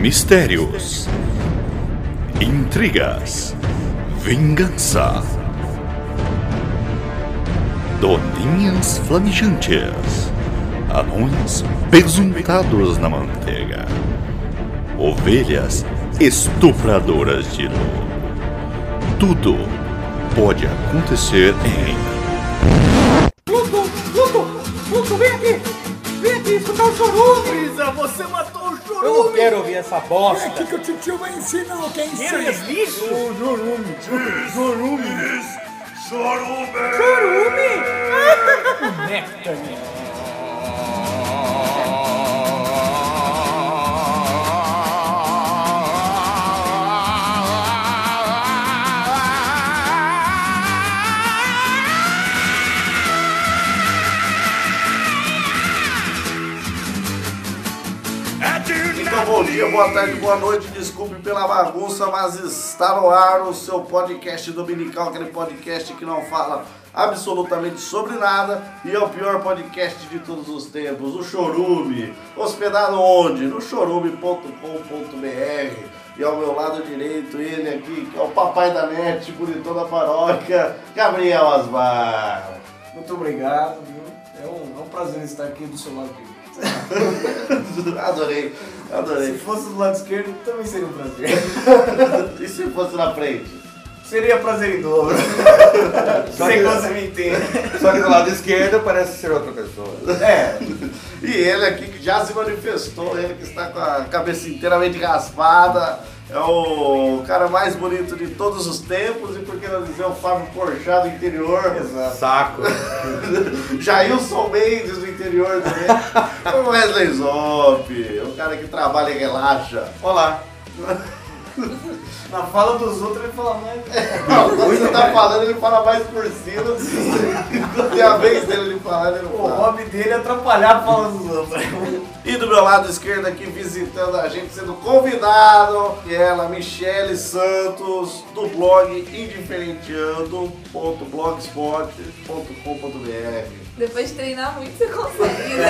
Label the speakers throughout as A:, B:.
A: Mistérios, intrigas, vingança, doninhas flamejantes, anões pesuntados na manteiga, ovelhas estupradoras de luz. Tudo pode acontecer em
B: Pluto, Pluto, Pluto, vem aqui! Vem aqui escutar o chorume!
C: Isa, você matou o
D: Eu não quero ouvir essa bosta.
B: que o tio vai ensinar o que é ensino.
D: lixo?
B: Chorume!
C: Então, bom dia, boa tarde, boa noite. Desculpe pela bagunça, mas está no ar o seu podcast dominical, aquele podcast que não fala absolutamente sobre nada e é o pior podcast de todos os tempos, o Chorume. Hospedado onde? No chorume.com.br. E ao meu lado direito, ele aqui, que é o papai da net, bonitão da paróquia, Gabriel Osmar.
E: Muito obrigado, viu? É um, é um prazer estar aqui do seu lado direito.
C: adorei,
E: Se
C: adorei.
E: fosse do lado esquerdo, também seria um prazer.
C: E se fosse na frente?
E: seria prazer em dobro. Sem você me entende.
D: Só que do lado esquerdo parece ser outra pessoa.
E: É,
C: E ele aqui que já se manifestou, ele que está com a cabeça inteiramente raspada, é o cara mais bonito de todos os tempos e por que não dizer o Fábio Porchat do interior,
E: exato.
D: Saco.
C: Jailson Mendes do interior também, o Wesley Zop, o cara que trabalha e relaxa.
D: Olá.
E: Na fala dos outros, ele fala mais.
C: Não, quando você tá falando, ele fala mais por cima, quando é a vez dele ele falar, ele não
E: O
C: fala.
E: hobby dele é atrapalhar a fala dos outros.
C: E do meu lado esquerdo aqui visitando a gente, sendo convidado, que é ela, Michele Santos, do blog indiferenteando.blogspot.com.br.
F: Depois de treinar muito, você consegue, né?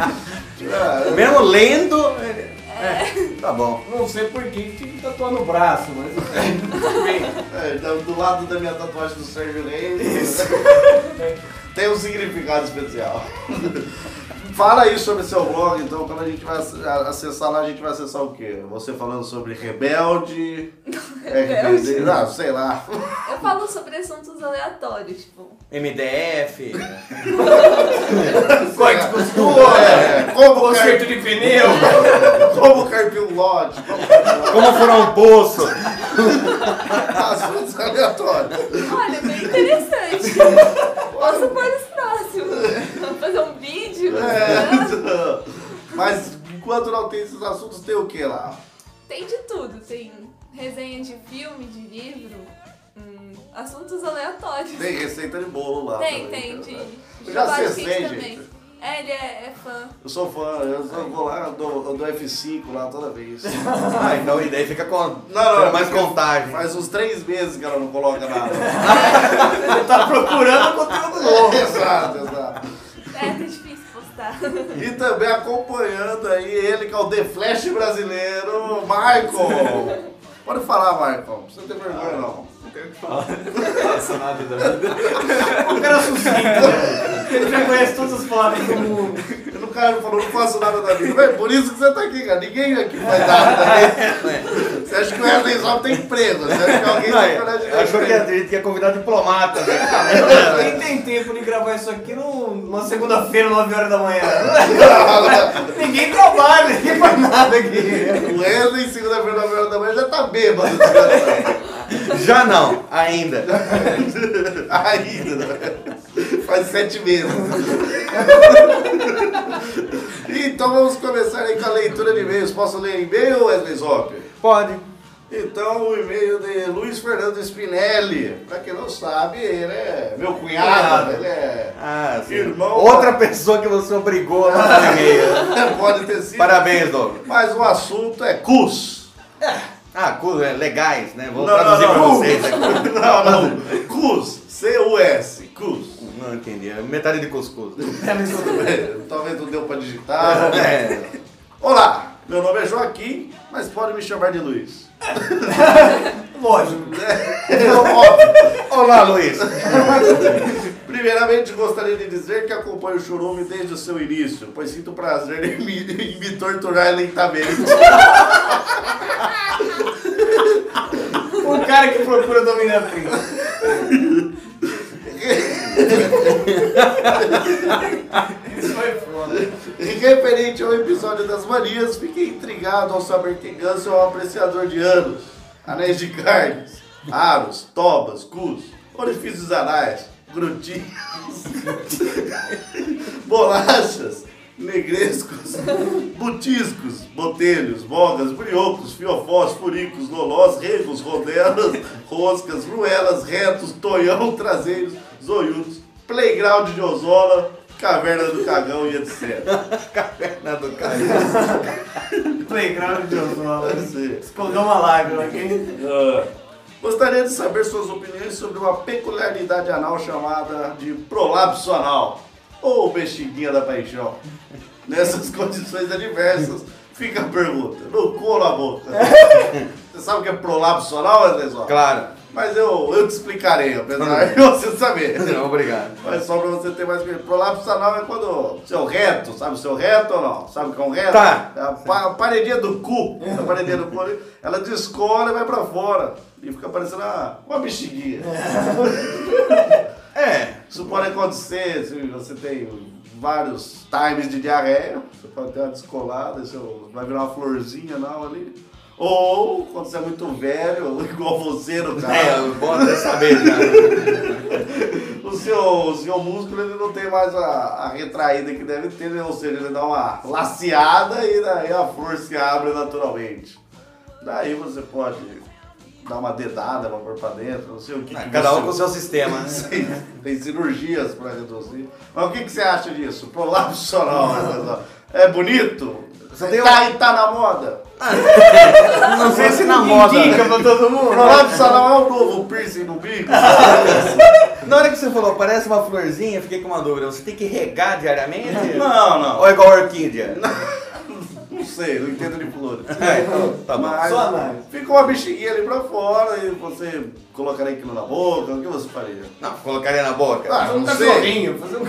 C: Ah,
D: Mesmo lendo. ele- É, tá bom.
E: Não sei por que tinha que tatuar no braço, mas.
C: é, do do lado da minha tatuagem do Sérgio Reis, tem um significado especial. Fala aí sobre seu blog, então, quando a gente vai ac- a- acessar lá, a gente vai acessar o quê? Você falando sobre rebelde,
F: Rebelde.
C: RBD, ah, sei lá.
F: Eu falo sobre assuntos aleatórios, tipo.
D: MDF.
C: Corte de costura, é, como
E: Concerto de pneu!
C: Como carpir um lote, como
D: Como furar um poço.
C: assuntos aleatórios.
F: Olha, bem interessante. Posso pôr os próximos. Vamos fazer um vídeo.
C: É,
F: né?
C: então, mas enquanto não tem esses assuntos, tem o que lá?
F: Tem de tudo. Tem resenha de filme, de livro, hum, assuntos aleatórios.
C: Tem receita de bolo lá.
F: tem,
C: também,
F: tem,
C: né?
F: de.
C: Eu já
F: Jabá
C: acessei,
F: Kids
C: gente.
F: É, ele é, é fã.
C: Eu sou fã, eu só vou lá, eu dou, eu dou F5 lá toda vez.
D: Ah, então e daí fica com.
C: Não, não,
D: fica mais
C: fica-
D: contagem.
C: Faz uns três meses que ela não coloca nada.
E: Tá procurando conteúdo novo.
C: exato, exato.
F: É, tá difícil postar.
C: E também acompanhando aí ele, que é o The Flash brasileiro, Michael. Pode falar, Michael. Não precisa ter vergonha, não.
E: O cara é sucinto. Ele já conhece todas as palavras do mundo.
C: Eu não quero falou, não faço nada da vida. Ué, por isso que você tá aqui, cara. Ninguém aqui faz nada da
D: É.
C: vida. Você acha que o Wesley Zop tem empresa? Você acha que alguém
D: Não,
C: tem
D: eu
C: coragem de
D: eu achou que a gente ia convidar diplomata. né?
E: Nem tem tempo de gravar isso aqui num- numa segunda-feira, 9 horas da manhã. ninguém trabalha, ninguém faz nada
D: é-
E: aqui.
C: O Wesley, segunda-feira, 9 horas da manhã, já tá bêbado. desgraçado.
D: Já não, ainda.
C: Ainda. né? Faz sete meses. Então vamos começar aí com a leitura de e-mails. Posso ler e-mail, Wesley Zop?
D: Pode.
C: Então, o e-mail de Luiz Fernando Spinelli. Pra quem não sabe, ele é meu
D: Cunhado.
C: cunhado, ele é.
D: Ah, sim.
C: Irmão-
D: Outra pessoa que você obrigou a mandar e-mail.
C: Pode ter sido.
D: Parabéns, Douglas.
C: Mas o assunto é cus.
D: Ah, cu, é, legais, né? Vou traduzir pra
C: não.
D: vocês aqui.
C: Não, não. Cus. C-U-S. Cus.
D: Não entendi, é metade de cuscuz.
C: É, Talvez não deu pra digitar.
D: É,
C: Olá, meu nome é João Joaquim, mas podem me chamar de Luiz.
E: Lógico.
C: Então, Óbvio.
D: Olá, Luiz.
C: Primeiramente, gostaria de dizer que acompanho o Churume desde o seu início, pois sinto prazer em me, em me torturar lentamente.
E: O cara que procura é assim. dominatriz. Isso foi foda.
C: Referente ao episódio das Marias, fiquei intrigado ao saber que Ganso é um apreciador de anos, anéis de carnes, aros, tobas, cus, orifícios anais, grudinhos, bolachas, negrescos, butiscos, botelhos, bogas, briocos, fiofós, furicos, lolós, regos, rodelas, roscas, ruelas, retos, tonhão, traseiros, zoiudos, playground de Ozola, caverna do cagão e etc.
D: Caverna do cara.
E: Playground de Oswaldo.
C: Sim.
E: Escondeu uma lágrima aqui.
C: Ah. Gostaria de saber suas opiniões sobre uma peculiaridade anal chamada de prolapso anal, ou bexiguinha da paixão. Nessas condições adversas, fica a pergunta, no cu ou na boca? Você sabe o que é prolapso anal, Wesley Zó?
D: Claro.
C: Mas eu, eu te explicarei, apesar de você saber.
D: Não, obrigado.
C: Mas só pra você ter mais que Prolapso anal é quando. Seu reto, sabe o seu reto ou não? Sabe o que é um reto?
D: Tá.
C: É a, pa- a paredinha do cu. É A paredinha do cu ali, ela descola e vai pra fora. E fica parecendo uma, uma bexiguinha.
D: É.
C: Isso pode acontecer se você tem vários times de diarreia. Você pode ter uma descolada, seu, vai virar uma florzinha não ali. Ou quando você é muito velho, igual você no caso.
D: É, bom de saber, cara.
C: O seu, o seu músculo ele não tem mais a, a retraída que deve ter, né? ou seja, ele dá uma laceada e daí a flor se abre naturalmente. Daí você pode dar uma dedada pra pôr pra dentro, não sei o que. que
D: Cada
C: você-
D: um com o seu sistema, né?
C: tem, tem cirurgias pra reduzir. Mas o que, que você acha disso? Prolapso sonal, né, pessoal? É bonito?
D: tem
C: tá, e tá na moda?
D: Não sei se na moda. né?
E: Indica pra todo mundo.
C: Prolapso sonal é o novo piercing no bico?
D: Na hora que você falou, parece uma florzinha, eu fiquei com uma dúvida. Você tem que regar diariamente?
C: Não, não.
D: Ou é igual a orquídea?
C: Não sei, não entendo de flores.
D: É, então, tá bom.
C: Mas
E: Só análise.
C: ficou uma bexiguinha ali pra fora e você colocaria aquilo na boca, o que você faria?
D: Não, colocaria na boca.
C: Ah,
E: Um
C: não sei.
E: cachorrinho, fazer um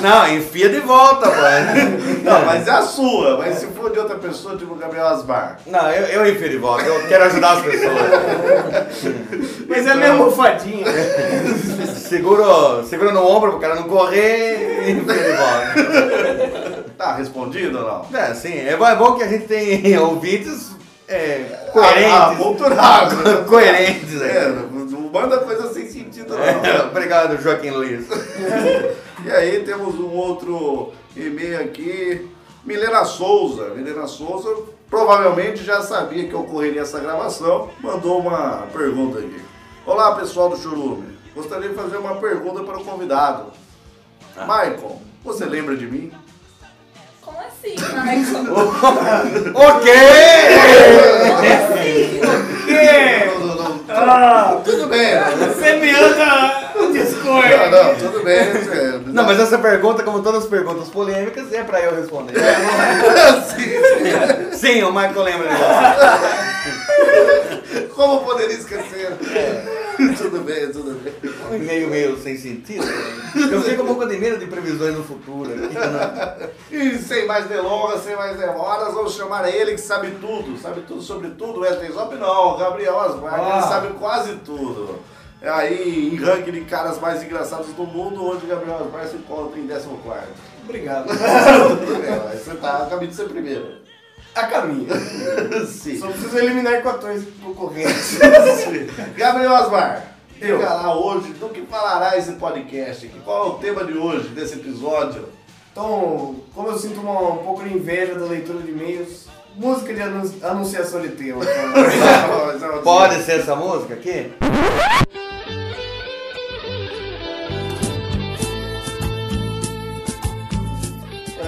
D: Não, enfia de volta, mano.
C: Não, mas é a sua, mas se for de outra pessoa, tipo o Gabriel Asbar.
D: Não, eu, eu enfio de volta. Eu quero ajudar as pessoas.
E: Mas é meio almofadinha.
D: Seguro, seguro no ombro pro cara não correr e enfia de volta.
C: Tá respondido ou não?
D: É, sim. É bom, é bom que a gente tem ouvintes é,
C: Ah, ah,
D: coerentes.
C: culturado. né?
D: coerentes,
C: É,
D: é.
C: não não manda coisa sem sentido,
D: É,
C: não.
D: Obrigado, Joaquim Luiz.
C: E aí temos um outro e-mail aqui. Milena Souza. Milena Souza provavelmente já sabia que ocorreria essa gravação. Mandou uma pergunta aqui. Olá pessoal do Churume. Gostaria de fazer uma pergunta para o convidado.
D: Ah.
C: Michael, você lembra de mim?
F: Como assim, Michael?
D: ok!
F: Como assim?
E: Que?
C: Não, não, não.
E: Ah,
C: Tudo bem. Não,
E: semeando a- o Discord.
C: não, não, tudo bem. é,
D: Não, mas essa pergunta, como todas as perguntas polêmicas, é pra eu responder. Sim, o Michael lembra de você.
C: Como eu poderia esquecer?
D: É.
C: tudo bem, tudo bem.
D: Um e-mail meio sem sentido. né? Eu fico um pouco de medo de previsões no futuro.
C: E sem mais delongas, sem mais demoras, vamos chamar ele que sabe tudo. Sabe tudo sobre tudo. Wesley Zop não, Gabriel Osmar,
E: Ah.
C: ele sabe quase tudo. É Aí, em ranking de caras mais engraçados do mundo, onde Gabriel Osmar se encontra em 14.
E: Obrigado.
C: tudo bem, mas você tá a caminho de ser primeiro.
E: A caminho.
C: Sim.
E: Só preciso eliminar equações concorrentes.
C: Gabriel Osmar,
E: Eu.
C: diga lá hoje do que falará esse podcast. Qual é o tema de hoje, desse episódio?
E: Então, como eu sinto uma- um pouco de inveja da leitura de e-mails, música de anun- anunciação de tema. cara.
D: Pode ser essa música aqui?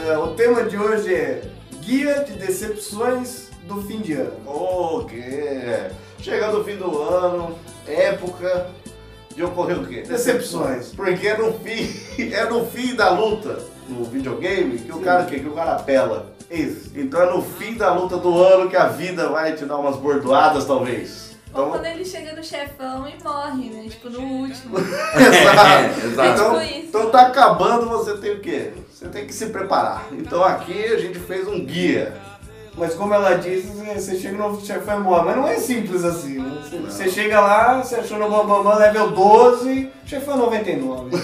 E: É, o tema de hoje é Guia de Decepções do Fim de Ano.
C: O quê? é. Chegando o fim do ano, época de ocorrer o quê?
E: Decepções.
C: Porque é no fim, é no fim da luta no videogame que o cara o quê? Que o cara apela. Isso. Então é no fim da luta do ano que a vida vai te dar umas bordoadas, talvez.
F: Ou
C: Então,
F: quando ele chega no chefão e morre, né? Tipo, no último.
C: Exato.
D: Exato.
C: Então,
F: É tipo isso.
C: então tá acabando, você tem o quê? Você tem que se preparar. Então aqui a gente fez um guia.
E: Mas como ela disse, você chega no chefão e morre. Mas não é simples assim, né? Você, você chega lá, você achou no Bambambam level 12, chefão 99.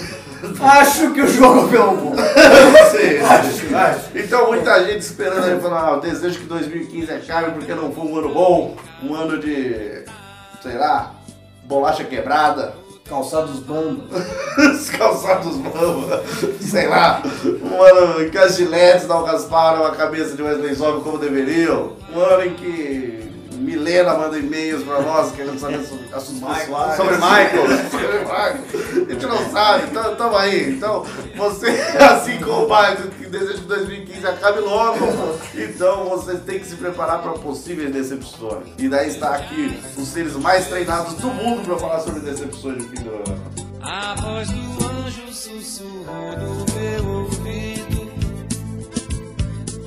E: Acho que o jogo pelo bom. Acho, acho.
C: Então muita gente esperando aí falando, ah, eu desejo que 2015 acabe é porque não foi um ano bom, um ano de, sei lá, bolacha quebrada,
E: Calçados bandos.
C: os calçados mama, sei lá, um ano em que as giletes não rasparam a cabeça de Wesley Zop como deveriam, um ano em que Milena manda e-mails pra nós querendo saber sobre assuntos pessoais. Sobre Michael. sobre Michael. A gente não sabe, então tamo aí. Então, você, assim como o Michael, que deseja que 2015 acabe logo, então você tem que se preparar para possíveis decepções. E daí está aqui os seres mais treinados do mundo para falar sobre decepções de fim do ano.
G: A voz do anjo sussurrou no meu ouvido.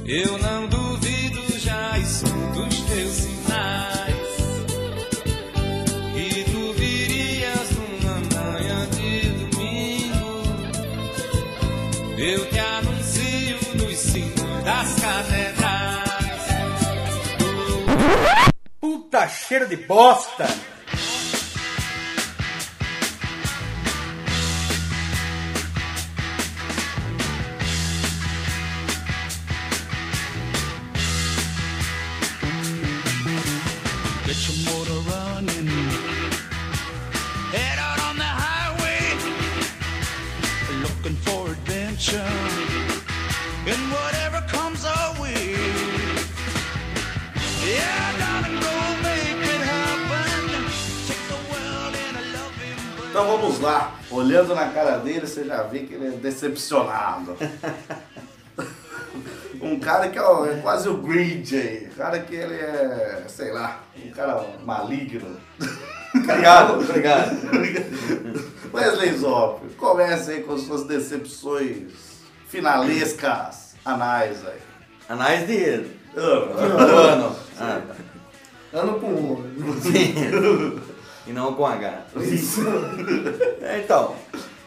G: Eu não duvido, já escuto os teus sinais. E tu virias numa manhã de domingo. Eu te anuncio nos sinos das catedrais.
E: Puta cheiro de bosta!
G: Get your motor running. Head out on the highway. Looking for adventure. And whatever comes our way. Yeah, darling, go make it happen. Take the world in a loving embrace.
C: Então vamos lá. Olhando na cara dele, você já vê que ele é decepcionado. um cara que é, o- é quase o Grinch aí. Um cara que ele é, sei lá, um cara maligno.
D: Obrigado, obrigado.
C: Wesley Zop, comece aí com suas decepções finalescas anais aí.
D: Anais de
C: Ah,
D: ano. Ah, tá.
E: Ano com um.
D: e não com H. É, Então,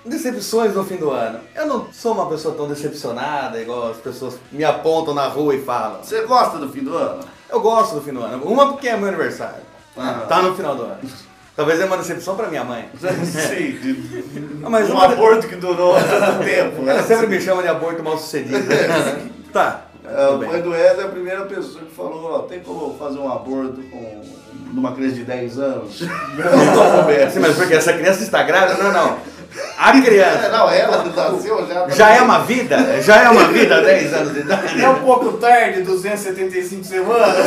D: decepções no fim do ano. Eu não sou uma pessoa tão decepcionada igual as pessoas me apontam na rua e falam.
C: Você gosta do fim do ano?
D: Eu gosto do fim do ano. Uma porque é meu aniversário.
C: Ah.
D: Tá no final do ano. Talvez é uma decepção pra minha mãe.
C: Sim, de,
D: Ah, Mas
C: um
D: uma- é
C: aborto que durou tanto tempo. né?
D: Ela sempre me chama de aborto mal sucedido. tá.
C: É,
D: tudo
C: o
D: bem.
C: pai do Ed é a primeira pessoa que falou, ó, tem como eu fazer um aborto com numa criança de 10 anos? Não tô
D: Assim, mas porque essa criança está grávida? Não, não. A criança
C: É, Não, ela nasceu já. tá-
D: já é uma vida? Já é uma vida há 10 anos de idade?
E: É um pouco tarde, 275 semanas.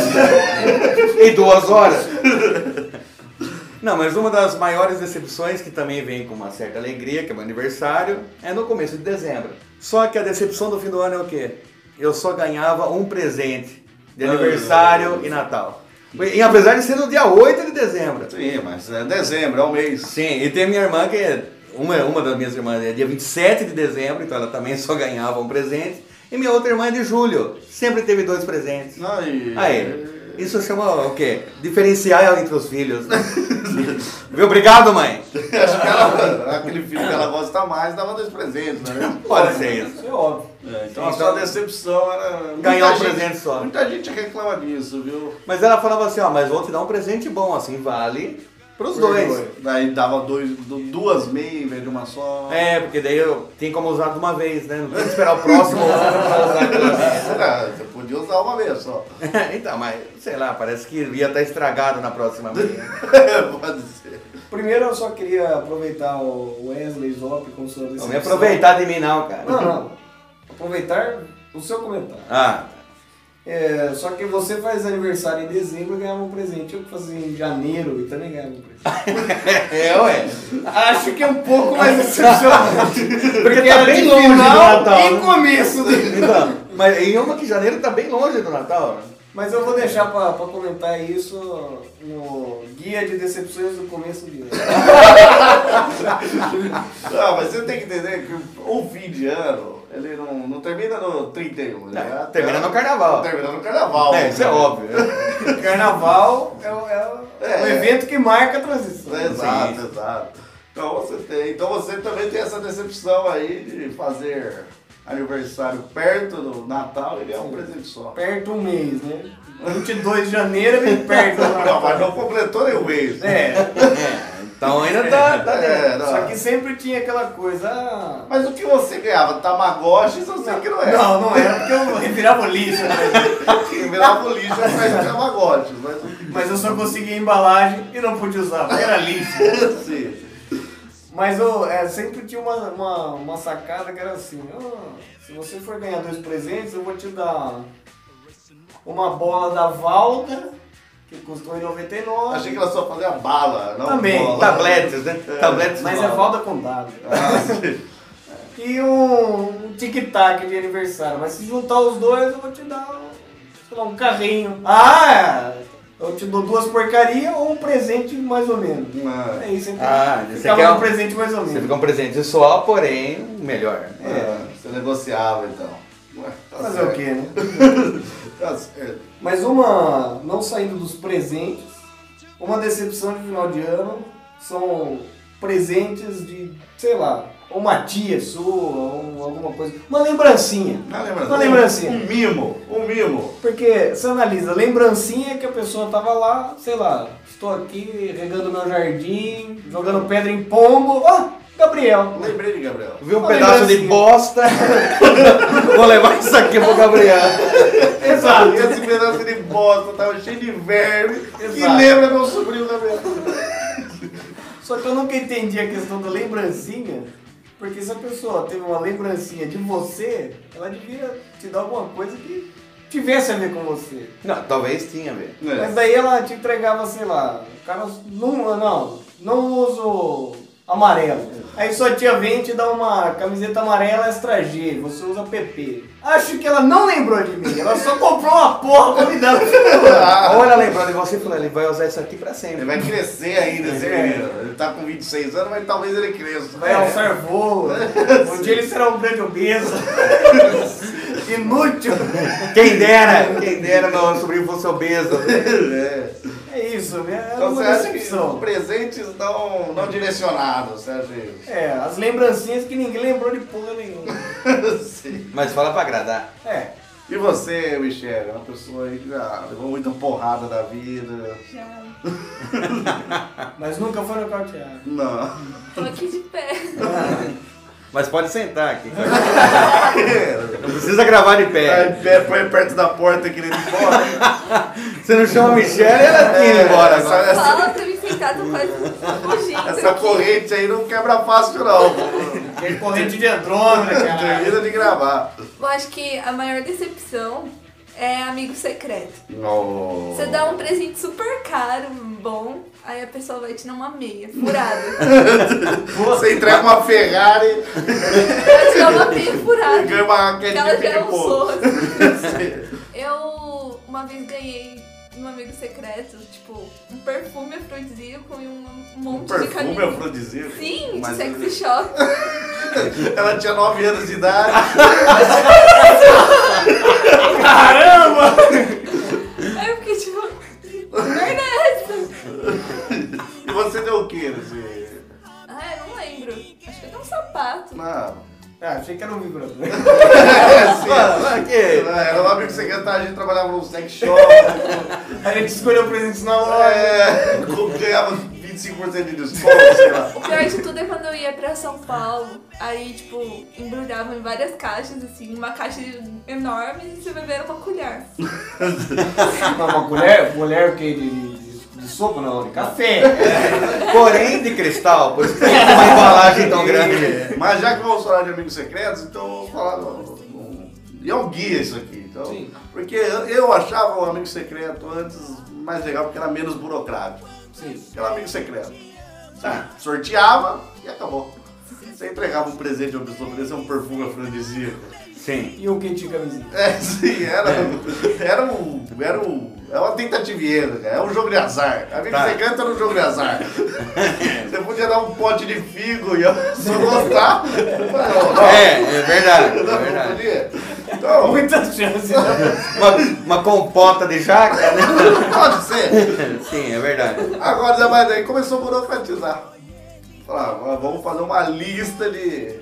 D: E duas horas. Não, mas uma das maiores decepções que também vem com uma certa alegria, que é meu aniversário, é no começo de dezembro. Só que a decepção do fim do ano é o quê? Eu só ganhava um presente de aniversário e Natal. E apesar de ser no dia 8 de dezembro.
C: Sim, mas é dezembro, é um mês.
D: Sim, e tem a minha irmã que é uma, uma das minhas irmãs é dia 27 de dezembro, então ela também só ganhava um presente. E minha outra irmã é de julho, sempre teve dois presentes.
C: Não, e-
D: Aí,
E: É.
D: isso chama o quê? Diferenciar entre os filhos. né? Viu? Obrigado, mãe.
C: Acho que ela, aquele filho que ela gosta mais dava dois presentes, né?
D: Pode ser isso.
E: É óbvio.
C: É, então a sua decepção era.
D: Ganhar
C: muita
D: um
C: gente-
D: presente só.
C: Muita gente reclama disso, viu?
D: Mas ela falava assim, ó, mas vou te dar um presente bom, assim, vale pros dois.
C: Daí dava dois, du- duas meias em vez de uma só.
D: É, porque daí eu tem como usar de uma vez, né? Não tem que esperar o próximo ano pra usar aquela vez.
C: Ah, Você podia usar uma vez só.
D: então, mas sei lá, parece que ia estar estragado na próxima vez.
C: Pode ser.
E: Primeiro eu só queria aproveitar o Wesley Zop com sua
D: Não
E: decepção.
D: me aproveitar de mim não, cara.
E: Não, não. Aproveitar o seu comentário.
D: Ah,
E: É, só que você faz aniversário em dezembro e ganhava um presente. Eu que fazia em janeiro e também ganhava um presente.
D: é, ué.
E: Acho que é um pouco mais excepcionante.
D: Porque
E: Era
D: tá
E: de
D: bem longe do Natal.
E: e
D: né?
E: começo. né?
D: Então, mas em uma que janeiro tá bem longe do Natal. né?
E: Mas eu vou deixar pra, pra comentar isso no Guia de Decepções do Começo de Ano.
C: Não, mas você tem que entender que o fim de ano Ele não, não termina no 31. Ele
D: Não,
C: é até- um,
D: termina no carnaval.
C: Termina no carnaval.
D: É, isso é óbvio.
E: Carnaval é, o- é o-
C: É.
E: o evento que marca a transição.
C: É, Exato, exato. Então você tem. Então você também tem essa decepção aí de fazer aniversário perto do Natal, ele é um presente só.
E: Perto um mês, né? 22 de janeiro vem perto.
C: Não,
E: Lá.
C: mas não completou nenhum mês.
E: É,
D: Então ainda tá. tá
C: É, não.
E: só que sempre tinha aquela coisa. ah,
C: Mas o que você ganhava? Tamagotchi, eu sei que não é. era.
E: Não, não era porque eu revirava o lixo, né?
C: Quem virava o lixo era Tamagotchi. é Mas o que
E: mas eu só conseguia embalagem e não podia usar, porque era lixo.
C: Sim.
E: Mas eu é, sempre tinha uma, uma, uma sacada que era assim, "Ah, se você for ganhar dois presentes, eu vou te dar uma bola da Valda, que custou em 99.
C: Achei que ela só fazia bala, não
E: Também,
C: bola.
D: Tabletes, né? Tabletes.
E: Mas é
D: novos.
E: Valda com W. É. E um, um tic-tac de aniversário. Mas se juntar os dois, eu vou te dar um, sei lá, um carrinho. Ah! Eu te dou duas porcarias ou um presente mais ou menos.
C: Ah,
E: É isso, então.
D: Ah, você
E: Ficava
D: quer
E: um
D: um-
E: presente mais ou
D: Você
E: menos.
D: fica um presente só, porém, melhor. É.
C: ah, Você negociava então. Ué, tá
E: É. Fazer
C: certo.
E: o quê, né?
C: Tá certo.
E: Mas uma, não saindo dos presentes, uma decepção de final de ano são presentes de, sei lá, uma tia sua, um- alguma coisa, uma lembrancinha.
C: Não lembra?
E: Uma lembrancinha.
C: Um mimo, um mimo.
E: Porque você analisa, lembrancinha que a pessoa tava lá, sei lá, estou aqui regando meu jardim, jogando pedra em pombo. Ó, Gabriel.
C: Lembrei de Gabriel.
D: Viu um
E: Uma
D: pedaço de
E: lembrancinha.
D: bosta? Vou levar isso aqui pro Gabriel.
C: Exato. Esse pedaço de bosta tava cheio de verme. Que
E: Exato.
C: lembra meu sobrinho também.
E: Só que eu nunca entendi a questão da lembrancinha, porque se a pessoa teve uma lembrancinha de você, ela devia te dar alguma coisa que tivesse a ver com você.
D: Não, talvez tinha, velho.
E: Mas daí ela te entregava, sei lá, o cara não, não, não uso amarelo. Aí sua tia vem e te dá uma camiseta amarela extra G, você usa PP. Acho que ela não lembrou de mim, ela só comprou uma porra pra me dar.
D: Ah, Ou ela lembrou de você e falou, ele vai usar isso aqui pra
C: Ele
D: sempre.
C: vai crescer ainda, esse
E: É.
C: menino. Ele tá com 26 anos, mas talvez ele cresça.
D: É.
C: É.
E: Vai alçar voo. Um dia ele será um grande obeso. Inútil.
D: Quem dera, quem dera meu sobrinho fosse obeso.
C: É.
E: É isso, né? É
C: Então
E: uma
C: você acha que os
E: decepção.
C: presentes não, não direcionados, você acha isso?
E: É, as lembrancinhas que ninguém lembrou de porra nenhuma.
C: Sim.
D: Mas fala pra agradar.
E: É,
C: E você, Michel? É uma pessoa aí que já levou muita porrada da vida.
F: Já.
E: mas nunca foi nocauteado.
C: Não.
F: Tô aqui de pé.
D: Mas pode sentar aqui.
F: É.
D: Não precisa gravar de
C: É,
D: pé.
C: Aí, pé- Põe perto da porta querendo ir embora.
D: Você não chama a Michelle, ela tinha ido
F: É.
D: embora.
C: Essa,
D: agora.
C: essa-
F: Fala pra me sentar, tô quase fugindo.
C: essa
F: aqui.
C: corrente aí não quebra fácil, não.
E: Aquele corrente de Andrômeda, cara.
C: Termina de gravar.
F: Eu acho que a maior decepção é amigo secreto.
C: Não.
F: Você dá um presente super caro, um bom, aí a pessoa vai te dar uma meia furada.
C: Você entrega uma Ferrari
F: Vai te dar uma meia
C: e ganha
F: furada.
C: uma
F: Que
C: raquete
F: ela
C: de
F: já é Ah, um
C: ping-pong.
F: Eu uma vez ganhei num amigo secreto, tipo, um perfume afrodisíaco e um monte
C: Um
F: de
C: perfume
F: camisa.
C: afrodisíaco.
F: Sim, de
C: Mas
F: sexy shop.
C: Ela tinha 9 anos de idade.
F: Aí eu fiquei tipo, que merda é essa?
C: E você deu o quê? nesse-
F: Ah, eu não lembro. Acho que eu dei um sapato.
C: Não.
E: Ah, achei que era um vibrador.
C: É, sim.
D: Ah, aqui.
C: Não, Era um amigo secretário, a gente trabalhava num sex shop.
E: A gente escolheu presentes na hora.
C: é, ganhava 25% de desconto, sei lá.
F: O pior de tudo é quando eu ia pra São Paulo, aí, tipo, embrulhavam em várias caixas, assim, uma caixa enorme e você bebera uma colher.
E: Não, uma colher, colher o quê? De, de, de sopa não, de café.
D: Porém, de cristal, por isso que tem uma embalagem tão grande.
C: Mas já que vamos falar de amigos secretos, então eu vou falar. do- do- E é um guia isso aqui. Então, Porque eu, eu achava o amigo secreto antes mais legal porque era menos burocrático.
E: Sim.
C: Era amigo secreto. Tá, sorteava e acabou. Você entregava um presente a uma pessoa, podia ser um perfume afrodisíaco.
D: Sim.
E: E o quente de camisinha.
C: É, sim, era,
D: É.
C: era um. Era um. né? É uma tentativa e erro, cara. É um jogo de azar. Amigo
D: Tá.
C: secreto era um jogo de azar. Você podia dar um pote de figo e eu só gostar. Não, não.
D: É, é verdade, é
C: Não, não
D: verdade.
C: podia. Então,
E: Muitas chances. né?
D: Uma, uma compota de jaca, né?
C: pode ser.
D: Sim, é verdade.
C: Agora, Zé Maria, daí começou a burocratizar. Falar, "Ah, vamos fazer uma lista de,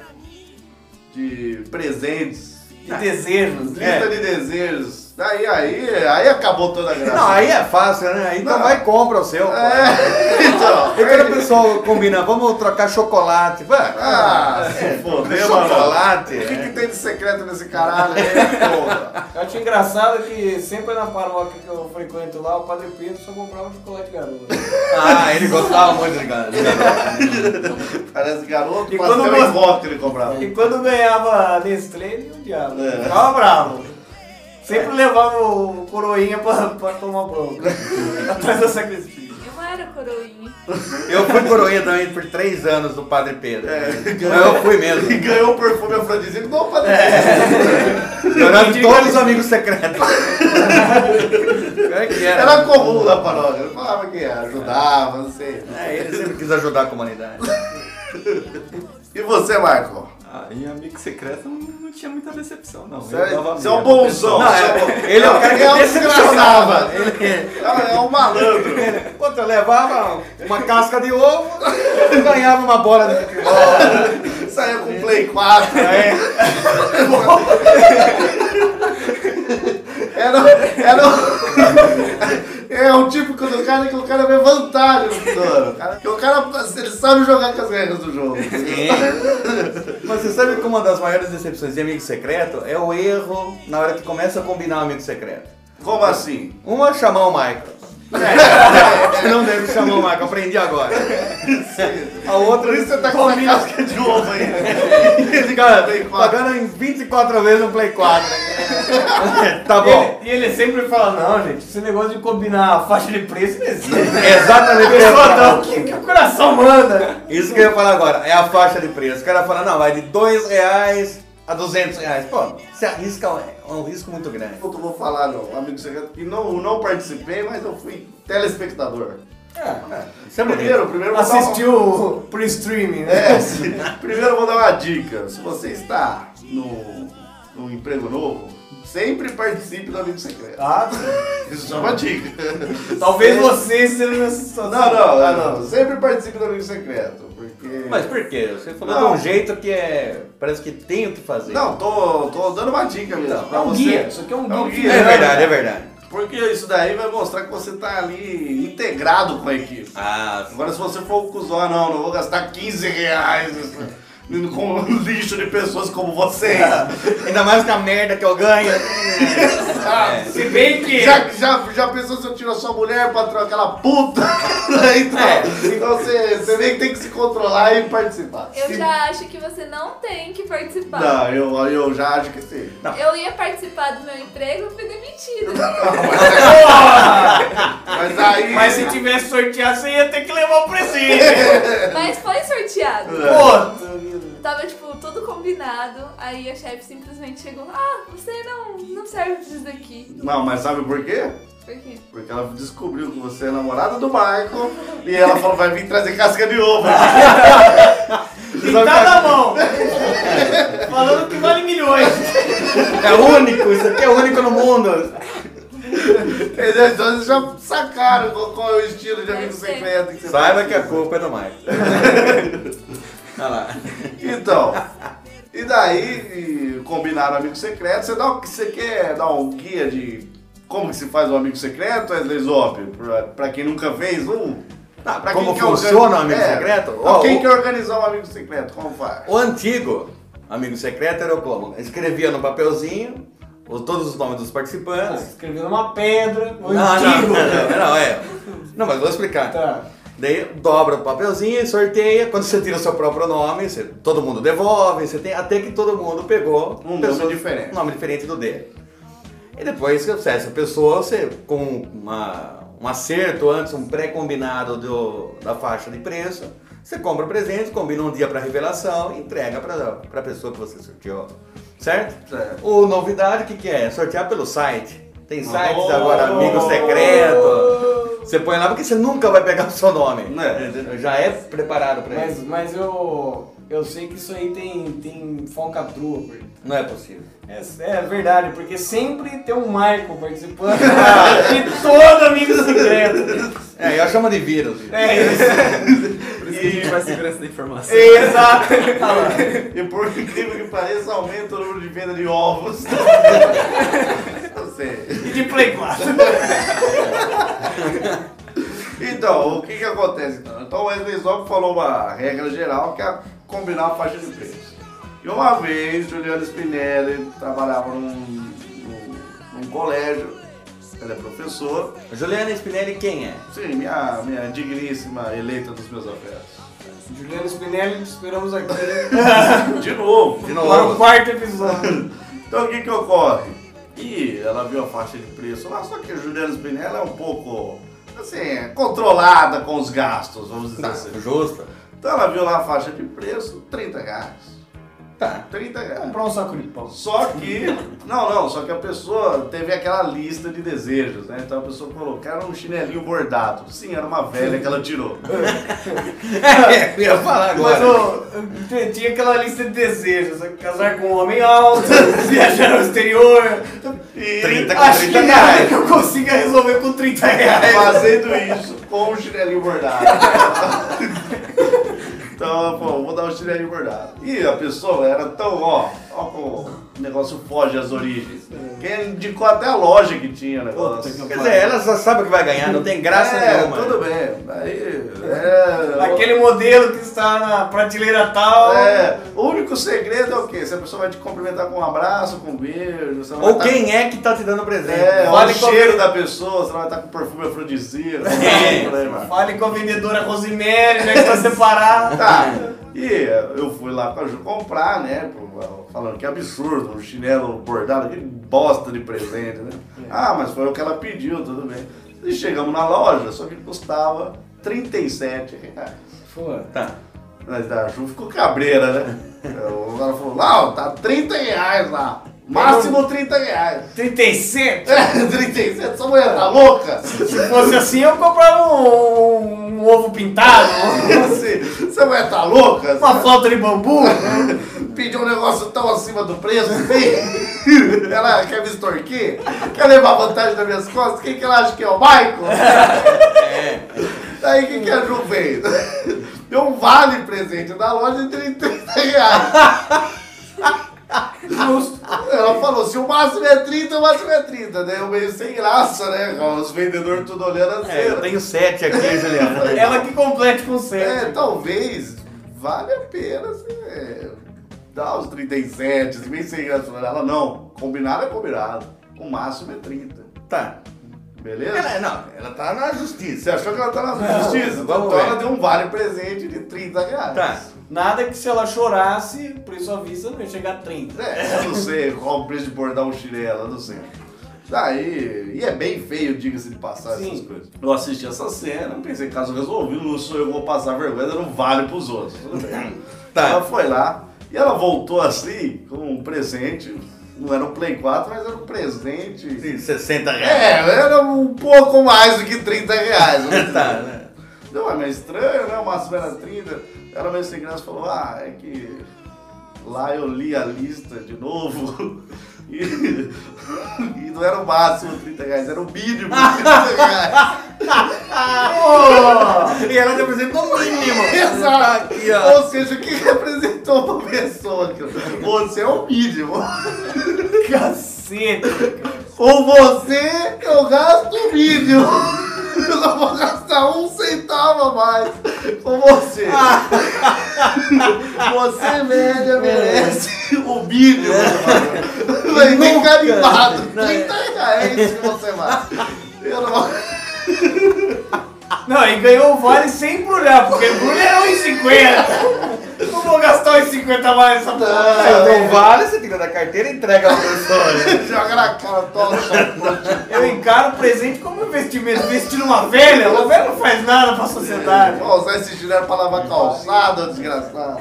C: de presentes,
E: De desejos.
C: lista
E: né?
D: É.
C: de desejos. Daí, aí, aí acabou toda a graça.
D: Não, aí é fácil, né? Aí então
C: Não.
D: vai e compra o seu. pô.
C: É, então.
D: E quando o pessoal combina, vamos trocar chocolate. Vai.
C: Ah,
D: É.
C: se fodeu, mano.
D: chocolate,
C: O que,
D: é.
C: que tem de secreto nesse caralho aí, porra?
E: Eu acho engraçado que sempre na paróquia que eu frequento lá, o Padre Pedro só comprava chocolate garoto.
D: Ah, ele gostava muito de né? garoto.
C: Parece garoto,
E: E
C: parece
E: quando
C: até
E: você-
C: um encontro que ele comprava.
D: É
E: E quando ganhava a Nestlé, ele odiava.
C: É.
E: Ficava bravo. Sempre levava o coroinha pra, pra tomar bronca. Atrás da sacristia.
F: Eu não era coroinha.
D: Eu fui coroinha também por três anos do Padre Pedro.
C: É.
D: Eu fui mesmo. É,
C: E ganhou o perfume afrodisíaco do Padre
D: Durante todos os amigos secretos. Pior que era. um-
C: Era comum na paróquia. Ele falava que ajudava, não sei.
D: É, ele sempre quis ajudar a comunidade.
C: E você, Marco?
H: Ah, em Amigo Secreto não, não tinha muita decepção, não.
C: Você
H: Eu dava
C: é, você é um
H: medo.
C: bonzão.
D: Não,
C: você é um-
D: é, ele é o cara que
C: é um
D: decepcionava.
C: desgraçado.
D: Ele,
C: É, é um malandro.
D: puta, levava uma casca de ovo e ganhava uma bola de futebol.
C: Saía com um Play É 4. Era, era, é o típico do cara que o cara vê vantagem no dono. O cara- Que o cara ele sabe jogar com as regras do jogo.
D: Mas você sabe que uma das maiores decepções de amigo secreto é o erro na hora que começa a combinar o amigo secreto.
C: Como assim?
D: Uma, chamar o Michael.
C: É.
D: Você não deve chamar o Michael, aprendi agora. A outra,
C: Por isso você tá com uma casca de ovo aí.
D: Esse cara
C: Play é quatro.
D: tá pagando em 24 vezes um Play 4. tá bom.
E: Ele- e ele sempre fala, não, gente, esse negócio de combinar a faixa de preço não existe.
D: Exatamente. isso que eu ia
E: Pessoa
D: falar.
E: dá
C: um
E: o que, que o coração manda.
D: Isso que eu ia falar agora. É a faixa de preço. O cara fala, não, vai de 2 reais a 200 reais. Pô, você arrisca, é um risco muito grande.
C: Eu não vou falar, não, amigo secreto, que não, não participei, mas eu fui telespectador.
D: Você é bonito.
C: Primeiro, primeiro vou dar uma-
E: Assistiu pro streaming, né?
C: É, se- primeiro eu vou dar uma dica. Se você está no, no emprego novo, sempre participe do amigo secreto.
E: Ah,
C: Isso é uma dica.
E: talvez você seja nessa
C: Não,
E: situação.
C: não, ah, não. Sempre participe do amigo secreto. Porque.
D: Mas por quê? Você falou
C: Não.
D: de um jeito que é. Parece que tem o que fazer.
C: Não, tô, tô dando uma dica mesmo.
D: Não,
C: pra
E: é um
C: você.
E: guia, isso aqui é um guia.
D: É verdade, é verdade.
C: Porque isso daí vai mostrar que você tá ali integrado com a equipe.
D: Ah,
C: Agora, se você for o cuzão, ah, não, não vou gastar 15 reais isso, com um lixo de pessoas como você.
E: É.
D: ainda mais com a merda que eu ganho.
C: Ah,
E: É. Se bem que.
C: Já, já, já pensou se eu tiro a sua mulher, patrão, aquela puta? então, então você, você nem tem que se controlar e participar.
F: Eu
C: Se-
F: já acho que você não tem que participar.
C: Não, eu, eu já acho que sim.
F: Eu ia participar do meu emprego, eu fui demitida.
C: Mas aí.
E: Mas se tivesse sorteado, você ia ter que levar o presente.
F: Mas foi sorteado.
E: Puta vida.
F: Tava, tipo, tudo combinado. Aí a chefe simplesmente chegou: Ah, você não, não serve disso daqui.
C: Não, mas sabe por quê?
F: Por quê?
C: Porque ela descobriu que você é namorada do Michael e ela falou: vai vir trazer casca de ovo.
E: Pintada na mão. Falando que vale milhões.
D: É único, isso aqui é único no mundo.
C: Entendeu? Então vocês já sacaram qual, qual é o estilo de amigo secreto que você
D: Saiba
C: faz.
D: que a culpa é do Michael. Olha lá.
C: Então, e daí e combinaram amigo secreto. Você, dá, um- você quer dar um guia de como que se faz um amigo secreto, Wesley Zop? Pra, pra quem nunca fez um?
D: Tá,
C: Pra
D: como
C: quer organi-
D: funciona um amigo
C: É,
D: secreto? oh.
C: pra
D: Ó,
C: quem
D: o-
C: quer organizar um amigo secreto, como faz?
D: O antigo amigo secreto era como? Escrevia no papelzinho o- todos os nomes dos participantes.
E: Escreveu numa pedra. Um
D: não,
E: antigo.
D: não, não, é. Não, mas vou explicar.
E: Tá.
D: Daí dobra o papelzinho, sorteia. Quando você tira o seu próprio nome, você- todo mundo devolve. Você tem até que todo mundo pegou
C: Um nome diferente.
D: um nome diferente do dele. E depois que você- essa pessoa, você com uma- um acerto antes, um pré-combinado do- da faixa de preço, você compra o presente, combina um dia para revelação e entrega para a pessoa que você sorteou. Certo?
C: Certo.
D: Ou novidade, o que, que é? Sortear pelo site. Tem sites
C: Oh!
D: agora, amigo secreto. Você põe lá porque você nunca vai pegar o seu nome.
C: Né?
D: Já é preparado pra
E: Mas,
D: isso.
E: mas eu, eu sei que isso aí tem, tem falcatrua, por detrás.
D: Não é possível.
E: É, é verdade, porque sempre tem um Michael participando de todo amigo secreto.
D: É, eu chamo de vírus.
E: É isso.
H: Por isso que a gente faz segurança da informação.
E: Exato. Olha lá.
C: E por incrível que pareça, aumenta o número de venda de ovos. Não sei.
E: E de Play 4.
C: Então, o que que acontece? Então, Então, o Wesley Zop falou uma regra geral que é combinar a faixa de preço. E uma vez, Juliano Spinelli trabalhava num, num, num colégio, ele é professor,
D: Juliana Spinelli quem é?
C: sim, minha, minha digníssima eleita dos meus afetos.
E: Juliano Spinelli, te esperamos aqui
C: De novo!
D: De
E: para o
D: novo.
E: quarto episódio.
C: Então, o que que ocorre? E ela viu a faixa de preço lá, só que a Juliana Spinelli é um pouco, assim, controlada com os gastos, vamos dizer assim.
D: Justo.
C: Então, ela viu lá a faixa de preço, 30 reais.
D: Tá.
C: 30 reais.
E: Comprar um saco de pão.
C: Só que. Não, não, só que a pessoa teve aquela lista de desejos, né? Então a pessoa colocaram um chinelinho bordado. Sim, era uma velha que ela tirou.
D: É, eu ia falar agora.
E: Mas ô, eu tinha aquela lista de desejos, casar com um homem alto, viajar ao exterior.
C: 30 tá com
E: Acho
C: 30
E: que é nada
C: reais.
E: que eu consiga resolver com 30 reais.
C: Fazendo isso com o chinelinho bordado. Então, pô, vou dar um chinelinho bordado. E a pessoa era tão, ó, ó como o negócio foge às origens. Quem indicou até a loja que tinha o negócio.
D: Quer dizer, ela só sabe o que vai ganhar, não tem graça
C: é,
D: nenhuma.
C: tudo bem. Aí, é,
E: Aquele modelo que está na prateleira tal.
C: É, o único segredo é o quê? Se a pessoa vai te cumprimentar com um abraço, com um beijo, você não
D: Ou
C: vai tá-
D: quem é que tá te dando presente.
C: É, ou
E: Vale
C: o cheiro da pessoa, você não vai estar com perfume afrodisíaco, não tem problema.
E: Fale com a vendedora Rosemary, já que está separada.
C: Tá, e é, eu fui lá pra Ju comprar, né? pro- Falando que absurdo, um chinelo bordado, que bosta de presente, né? Ah, mas foi o que ela pediu, tudo bem. E chegamos na loja, só que custava 37 reais.
D: Tá.
C: Mas a Ju ficou cabreira, né? Ela falou, lá, ó, tá 30 reais lá. Máximo 30 reais.
E: 37?
C: É, 37, essa mulher tá louca?
E: Se fosse assim, eu comprava um, um ovo pintado,
C: Você, essa mulher tá louca?
E: uma flauta de bambu.
C: Pediu um negócio tão acima do preço assim? Ela quer me extorquir? Quer levar vantagem das minhas costas? Quem que ela acha que é o Michael? Daí o que, que a Ju fez? Deu um vale presente da loja de 30 reais. Ela falou, se o máximo é 30, o máximo é 30. Daí eu meio sem graça, né? Os vendedores tudo olhando assim.
D: É, eu
C: né?
D: tenho sete aqui, Juliana.
E: Ela que complete com 7.
C: É, talvez vale a pena assim, é, dar os 37, se bem sem graça. Ela não, combinado é combinado. O máximo é 30.
D: Tá.
C: Beleza?
D: Ela, não, ela tá na justiça.
C: Você achou que ela tá na justiça?
D: vamos
C: Então ela
D: ver.
C: deu um vale presente de 30 reais.
D: Tá.
E: Nada que se ela chorasse, por isso avisa, não ia chegar a 30.
C: É, eu não sei qual o preço de bordar um chinelo, eu não sei. Daí, e é bem feio, diga-se de passagem,
E: Sim.
C: essas coisas. Eu assisti essa cena, pensei, caso resolvido, não sou eu que vou passar vergonha, não vale pros outros. Tudo bem.
D: Tá.
C: Ela foi lá, e ela voltou assim, com um presente, não era um Play 4, mas era um presente...
D: Sim, 60 reais.
C: É, era um pouco mais do que 30 reais. vamos dizer.
D: Tá, né?
C: Não, mas é meio estranho, né? O máximo era 30. Ela meio sem graça falou, ah, é que lá eu li a lista de novo. E, e não era o máximo 30 reais, era o mínimo 30 reais.
D: E ela te apresentou o mínimo.
C: Exato.
D: Aqui, ó.
C: Ou seja, o que representou uma pessoa? cara? Você é o mínimo.
E: Caceta.
C: Ou você, eu gasto o mínimo. Eu não vou gastar um centavo a mais com você. Você, média, merece o mínimo. mano. É. Vai ter carimbado. 30 reais que você vai. Eu não vou...
E: Não, e ganhou o vale sem embrulhar, porque embrulha é 1,50. Não vou gastar os 50 mais nessa porra.
D: Não vale, você tira da carteira e entrega pra pessoa. né?
C: Joga na cara, toma chapote.
E: Eu encaro o presente como um investimento. Investir numa velha, uma velha não faz nada pra sociedade.
C: Vou usar esse dinheiro pra lavar calçada, desgraçado.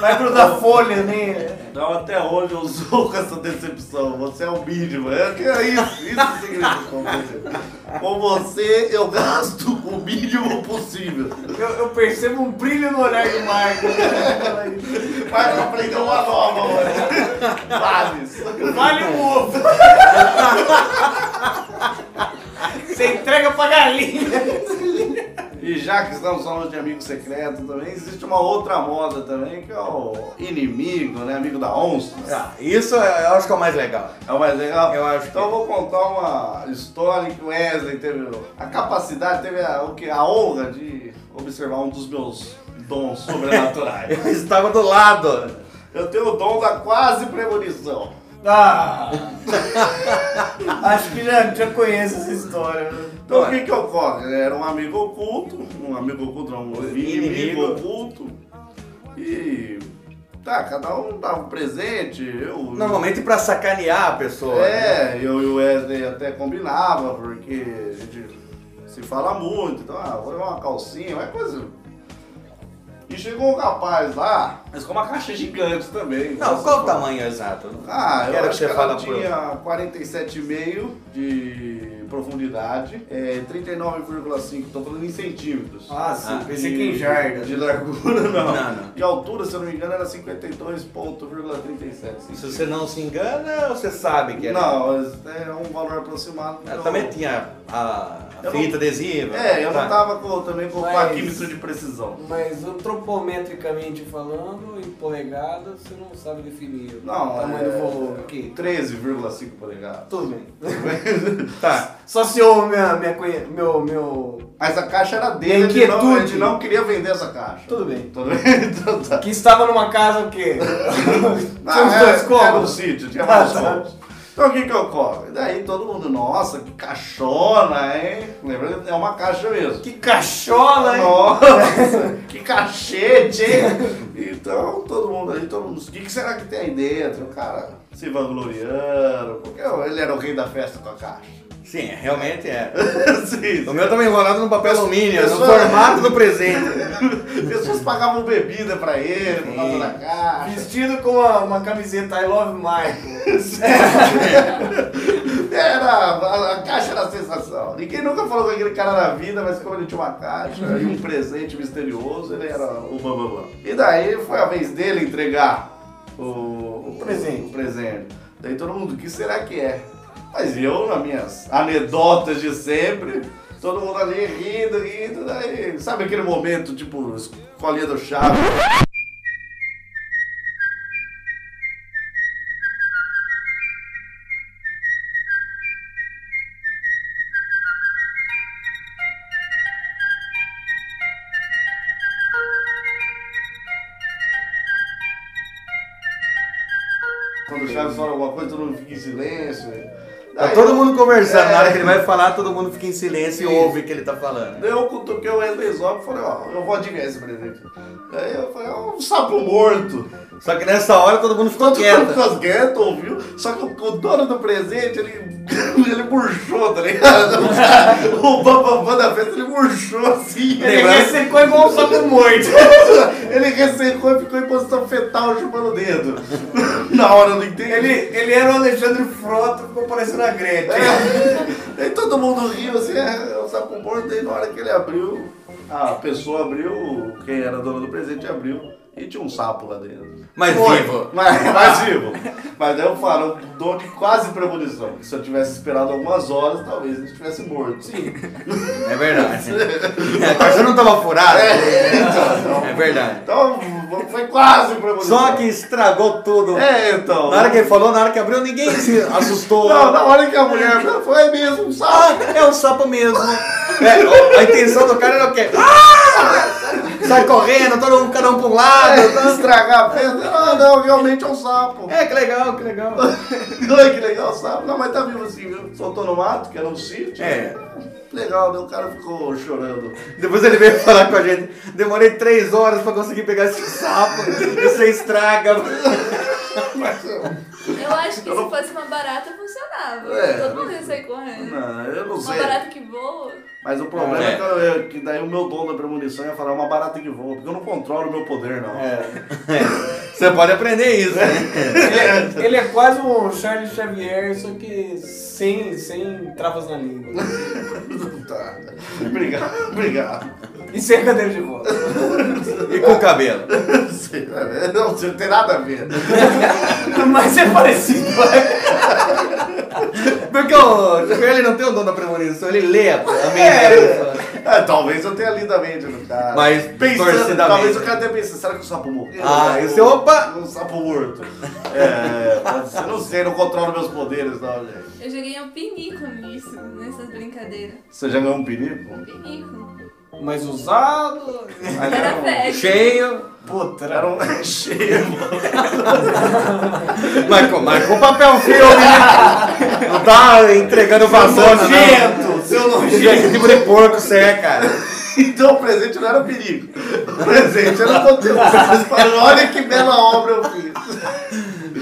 E: Vai grudar folha, né?
C: Não, até hoje eu sou com essa decepção. Você é o mínimo. É, que é isso, isso significa com você. um Com você, eu gasto o mínimo possível.
E: Eu, eu percebo um brilho no olhar do Marco.
C: Mas aprendeu uma nova, mano. Vales.
E: Vale um ovo. Você entrega pra galinha.
C: E já que estamos falando de amigo secreto também, existe uma outra moda também, que é o inimigo, né? Amigo da onça.
D: Ah, isso eu acho que é o mais legal.
C: É o mais legal?
D: Eu acho que
C: Então eu vou contar uma história que o Wesley teve a capacidade, teve a, o que, a honra de observar um dos meus dons sobrenaturais.
D: Eu estava do lado.
C: eu tenho o dom da quase premonição.
E: Ah, acho que já, já conheço essa história. né?
C: Então o
D: Ué.
C: que que ocorre? Ele Era um amigo oculto, um amigo oculto não, um inimigo,
D: Inimigo.
C: oculto. E tá, cada um dava um presente, eu...
D: Normalmente pra sacanear a pessoa. né?
C: É, eu e o Wesley até combinava, porque a gente se fala muito, então, ah, vou levar uma calcinha, uma coisa. E chegou um rapaz lá, mas com uma caixa gigante também. né?
D: Não,
C: Nossa,
D: qual o
C: pô.
D: tamanho exato?
C: Ah, eu
D: Quero que
C: acho que,
D: você
C: ela
D: fala pro-
C: tinha 47,5 de profundidade, é, 39,5, tô falando em centímetros.
E: Ah, sim,
D: Ah,
E: pensei
C: De-
E: que em jardas.
C: De largura, não.
D: Não, não.
C: De altura, se eu não me engano, era 52,37.
D: Se você não se engana, você sabe que era.
C: Não, mas é um valor aproximado.
D: Ela
C: Eu-
D: É, também tinha a a
C: Eu não-
D: fita adesiva.
C: É, eu
D: Tá.
C: não tava com- também com, com a
E: Mas-
C: química de precisão.
E: Mas antropometricamente falando, em polegada, você não sabe definir
C: Não,
E: o tamanho
C: é
E: do volume. Aqui.
C: 13,5 polegadas.
E: Tudo bem.
D: Tá.
E: Só se eu, minha, minha conhe- meu, meu...
C: Mas a caixa era dele, ele
E: Inquietude.
C: não, ele não queria vender essa caixa.
E: Tudo bem.
C: Tudo bem? Então tá.
E: Que estava numa casa o quê? Tinha
C: Ah,
E: uns
C: era-
E: dois
C: Era um
E: cômodos?
C: sítio, tinha
E: Ah,
C: vários
E: tá.
C: cômodos. Então o que que ocorre? Daí todo mundo, nossa, que caixona, hein? Lembra? É uma caixa mesmo.
E: Que cachola, hein?
C: Nossa, que cachete, hein? Então, todo mundo ali, todo mundo, o que que será que tem aí dentro? O cara se vangloriando, porque ele era o rei da festa com a caixa.
D: Sim, realmente é.
C: Sim,
D: O meu tava enrolado no papel alumínio, no
C: pessoa-
D: formato do presente.
C: pessoas pagavam bebida pra ele, por causa
D: Sim.
C: da caixa.
E: Vestido com uma, uma camiseta I Love Michael.
C: É, Era, a, a caixa era a sensação. Ninguém nunca falou com aquele cara na vida, mas como ele tinha uma caixa e um presente misterioso, ele era o bambambam. E daí foi a vez dele entregar o, o
E: presente.
C: o presente. Daí todo mundo, o que será que é? Mas eu, nas minhas anedotas de sempre, todo mundo ali rindo, rindo, daí. Sabe aquele momento, tipo, escolinha do chave? Quando o Chaves fala alguma coisa, todo mundo fica em silêncio.
D: Tá
C: Daí-
D: todo mundo conversando. Na hora
C: É.
D: que ele vai falar, todo mundo fica em silêncio e ouve o que ele tá falando.
C: Daí eu cutuquei o Wesley Zop e falei, ó, eu vou adivinhar esse presente. Daí eu falei, ó, um sapo morto.
D: Só que nessa hora todo mundo ficou quieto.
C: Ficou quieto, ouviu? Só que o, o dono do presente, ele, ele murchou, tá ligado? O bambambam da festa, ele murchou assim.
E: Ele
D: Lembrando-
E: ressecou igual um sapo morto.
C: Ele ressecou e ficou em posição fetal chupando o dedo. Na hora do entendi.
E: Ele, ele era o Alexandre Frota, ficou parecendo a Gretchen.
C: É. Aí todo mundo riu assim, é, o sapo morto, daí na hora que ele abriu, a pessoa abriu, quem era dona do presente abriu, e tinha um sapo lá dentro.
D: Mas
C: Foi,
D: vivo.
C: Mas, mas vivo. Mas daí eu falo, eu dou de quase premonição. que Se eu tivesse esperado algumas horas, talvez ele estivesse morto. Sim.
D: É verdade. A caixa não tava furada. É verdade.
C: Então, foi quase premonição.
D: Só que estragou tudo.
C: É, então.
D: Na hora que ele falou, na hora que abriu, ninguém se assustou.
C: Não, na hora que a mulher foi mesmo um sapo.
D: Ah, é o sapo mesmo. É, ó, a intenção do cara era o quê? Ah! Sai correndo, todo mundo, cada um pra um lado.
C: É, estragar a festa? Ah, não, realmente é um sapo.
D: É, que legal, que legal.
C: Ai, que legal, sapo. Não, mas tá vivo assim, viu? Soltou no mato, que era um sítio.
D: É.
C: Legal, né? O cara ficou chorando.
D: Depois ele veio falar com a gente. Demorei três horas pra conseguir pegar esse sapo. Você estraga.
F: Eu acho que se fosse uma barata funcionava.
C: É.
F: Todo mundo ia sair correndo.
C: Não, eu não
F: Uma
C: sei.
F: barata que voa.
C: Mas o problema
D: É.
C: é, que, eu- eu- que daí o meu dono da premonição ia falar "É uma barata que voa, porque eu não controlo o meu poder, não.
D: É.
E: É.
D: Você pode aprender isso, né?
E: Ele é, ele é quase um Charles Xavier, só que sem, sem travas na língua.
C: Tá. Obrigado, obrigado.
E: E sem cadeira de volta.
D: E com o cabelo.
C: Não sei, né? Não, você não tem nada a ver.
E: Mas é parecido.
D: Porque o Xavier, ele não tem o dono da premonição, ele lê a a mente.
C: Ah, talvez eu tenha lido a mente do cara.
D: Mas
C: pensando,
D: torcidamente.
C: talvez o cara tenha pensado, será que o sapo morreu?
D: Ah,
C: Será
D: esse
C: que o-
D: opa!
C: Um sapo morto. É, pode ser, não sei, não controlo meus poderes, não, gente.
F: Eu joguei um pinico nisso, nessas brincadeiras.
C: Você já ganhou um perigo?
F: Pinico.
E: Mas usado.
F: Era velho.
D: Cheio.
E: Puta,
C: Era um cheio.
D: Marcou, marcou papel filme, né? Não tá entregando vassoura, não.
C: seu
D: Que tipo de porco você é, cara?
C: Então o presente não era o perigo. O presente era o conteúdo. Vocês falaram, olha que bela obra eu fiz.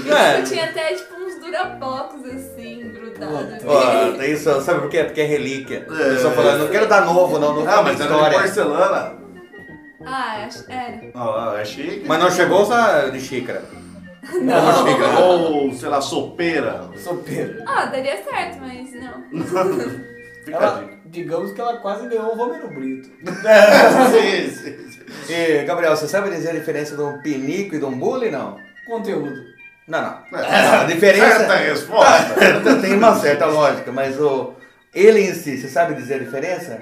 F: Eu tinha até tipo uns durapocos assim, grudados.
D: Ó, tem isso, sabe por quê? Porque é relíquia.
C: É.
D: Eu só falando, não quero dar novo, não, não
C: Ah,
D: ah,
C: mas era de
D: história.
C: porcelana.
F: Ah, acho- era.
C: Ah, é chique.
D: Mas não chegou só de xícara.
E: Não,
C: Ou, sei lá, sopeira.
E: sou Pedro.
F: Ah, daria certo, mas não.
C: Fica a
E: Ela,
C: dica. É.
E: digamos que ela quase ganhou o Romero Brito.
C: Sim, sim, sim.
D: E, Gabriel, você sabe dizer a diferença de um pinico e de um bully, não?
E: Conteúdo.
D: Não, não. É, A diferença...
C: É.
D: Tá,
C: Certa resposta.
D: Tem uma certa lógica, mas o... Ele em si, você sabe dizer a diferença?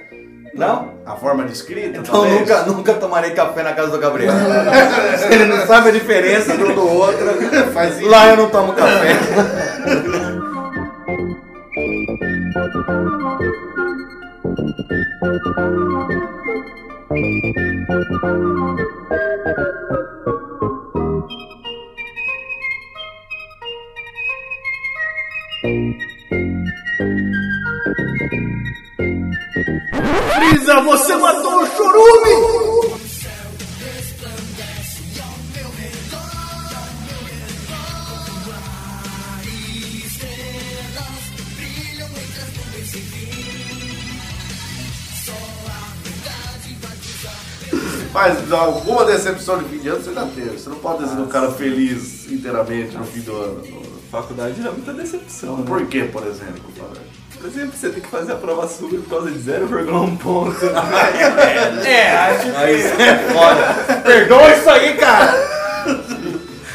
D: Não?
C: A forma de escrita,
D: Então
C: talvez.
D: nunca, nunca tomarei café na casa do Gabriel. Se ele não sabe a diferença de um do outro,
C: Faz isso.
D: lá eu não tomo café.
C: Você matou o chorume! Mas alguma decepção de fim de ano você já teve. Você não pode ter sido um cara feliz inteiramente no fim do ano.
H: Faculdade dá muita decepção, né?
C: Por que, por exemplo? Fábio?
H: Por exemplo, você tem que fazer a prova sub por causa de 0,1 ponto.
E: É, acho que.
D: Aí você é foda. Perdoa isso aí, cara.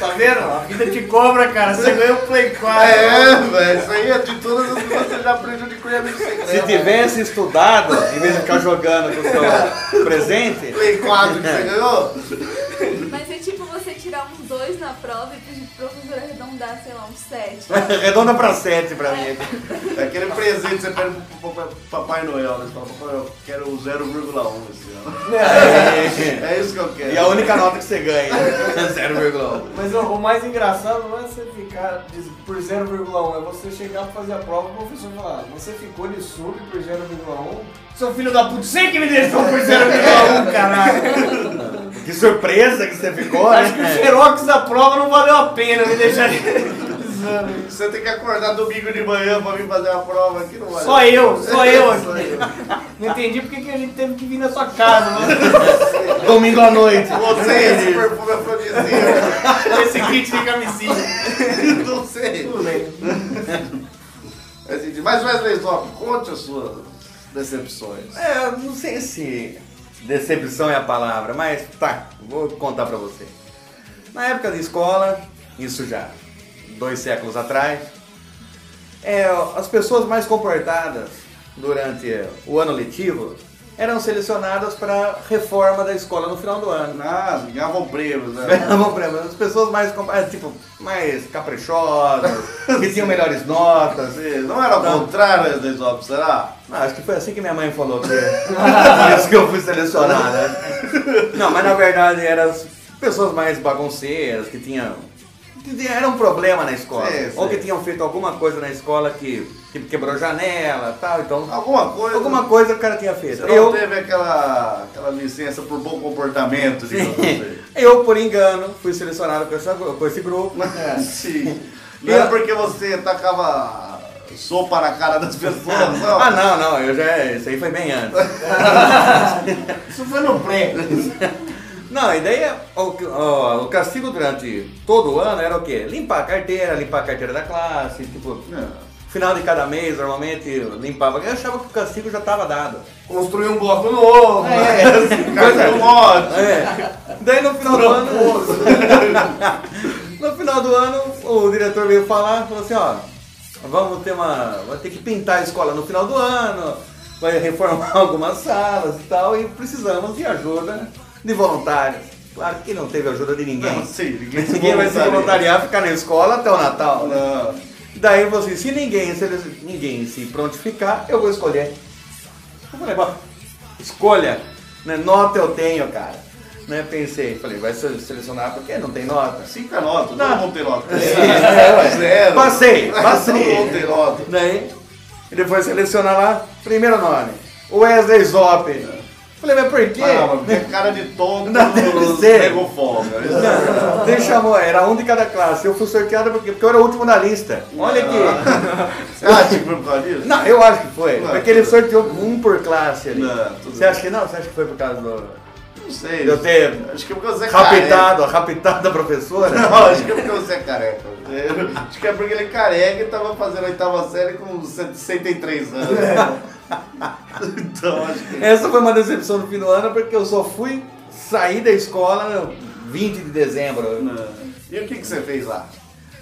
E: Tá vendo? A vida te cobra, cara. Você ganhou o Play 4.
C: É, velho, isso aí é de todas as coisas que você já prejudicou e amigo secreto.
D: Se tivesse estudado, em vez de ficar jogando com o seu presente,
C: Play 4 que você ganhou?
F: Mas é tipo você tirar uns dois na prova e pedir pro professor arredondar, sei lá, uns sete.
D: redonda pra 7 pra mim. aqui.
C: É Aquele presente que você pede pro pa- pa- Papai Noel, né? Você fala, Papai Noel, eu quero o 0,1 esse ano. É isso que eu quero.
D: E a única nota que você ganha é 0,1.
E: Mas o, o mais engraçado não é você ficar de- por 0,1, é você chegar pra fazer a prova e o professor falar, "Ah, você ficou de sub por 0,1? Seu filho da puta, você que me deixou por 0,1, caralho!
D: Que surpresa que você ficou,
E: Acho que o
D: né?
E: xerox da prova não valeu a pena me deixar de exame.
C: Você tem que acordar domingo de manhã pra vir fazer a prova aqui, não vai. É,
E: Só eu, só eu
C: Só
E: aqui. Não entendi porque que a gente teve que vir na sua casa, né? mas
D: Domingo à noite.
C: Você, esse perfume é afrodisíaco,
E: esse kit de camisinha.
C: não sei.
E: Tudo bem.
C: Mas, gente, Mas Wesley Zop, conte as suas decepções.
D: É, eu não sei se decepção é a palavra, mas tá, vou contar pra você. Na época da escola, isso já dois séculos atrás, é, as pessoas mais comportadas durante o ano letivo eram selecionadas para reforma da escola no final do ano. né?
C: Ah, ganhavam prêmios, né?
D: Vamos pra- As pessoas mais, com- ah, tipo, mais caprichosas, que tinham melhores notas.
C: Você Não era o contrário, Wesley Zop, será?
D: Não, acho que foi assim que minha mãe falou que por isso que eu fui selecionada. Não, mas na verdade eram as pessoas mais bagunceiras, que tinham. que Era um problema na escola.
C: Sim,
D: Ou
C: sim.
D: que tinham feito alguma coisa na escola que, que quebrou janela e tal. Então,
C: Alguma coisa.
D: alguma coisa o cara tinha feito.
C: Você não
D: Eu,
C: teve aquela, aquela licença por bom comportamento, digamos assim.
D: eu, por engano, fui selecionado com, essa- com esse grupo.
C: É. Sim. Não é porque você tacava sopa na cara das pessoas, não.
D: Ah, não, não, eu já. Isso aí foi bem antes.
E: Isso foi no pré.
D: Não, a ideia, o, que- ó, o castigo durante todo o ano era o quê? Limpar a carteira, limpar a carteira da classe, tipo,
E: É.
D: final de cada mês, normalmente, eu limpava. Eu achava que o castigo já estava dado.
E: Construir um bloco novo.
C: Cara, um ódio.
D: É. Daí no final do ano. no final do ano, o diretor veio falar, falou assim, ó, vamos ter uma. Vai ter que pintar a escola no final do ano, vai reformar algumas salas e tal, e precisamos de ajuda de voluntários. Claro que não teve ajuda de ninguém.
C: Não, sim, ninguém se
D: Ninguém vai se
C: voluntaria.
D: voluntariar ficar na escola até o Natal. né?
C: Não.
D: Daí eu falei assim, se ninguém se, eles- ninguém se prontificar, eu vou escolher. Eu falei, bom, escolha, né? Nota eu tenho, cara. Né? Pensei, falei, vai se- selecionar porque não tem nota.
C: Cinco é nota,
D: Não.
C: todo mundo tem nota.
D: É, ué.
C: Zero.
D: Passei,
C: Todo
D: passei.
C: mundo tem nota.
D: Daí, ele foi selecionar lá, primeiro nome, Wesley Zop. Falei, mas por quê?
C: Ah, mas tem cara de tonto,
D: É. Não, deve ser.
C: pegou folga. Isso é verdade.
D: Não, Ele chamou, era um de cada classe. Eu fui sorteado porque, porque eu era o último da lista. Olha que.
C: Você acha que foi por causa disso?
D: Não, eu acho que foi.
C: Ah. Não.
D: Porque ele sorteou um por classe ali.
C: Não, tudo
D: Você
C: bem.
D: acha que não? Você acha que foi por causa do.
C: Não sei.
D: Eu tenho.
C: Acho que é porque você é careca.
D: Raptado, raptado da professora?
C: Não, acho que é porque você é careca. Eu Acho que é porque ele é careca e tava fazendo a oitava série com 63 anos.
D: É.
C: Então acho que.
D: Essa foi uma decepção no fim do ano porque eu só fui sair da escola no 20 de dezembro.
C: E o que, que você fez lá?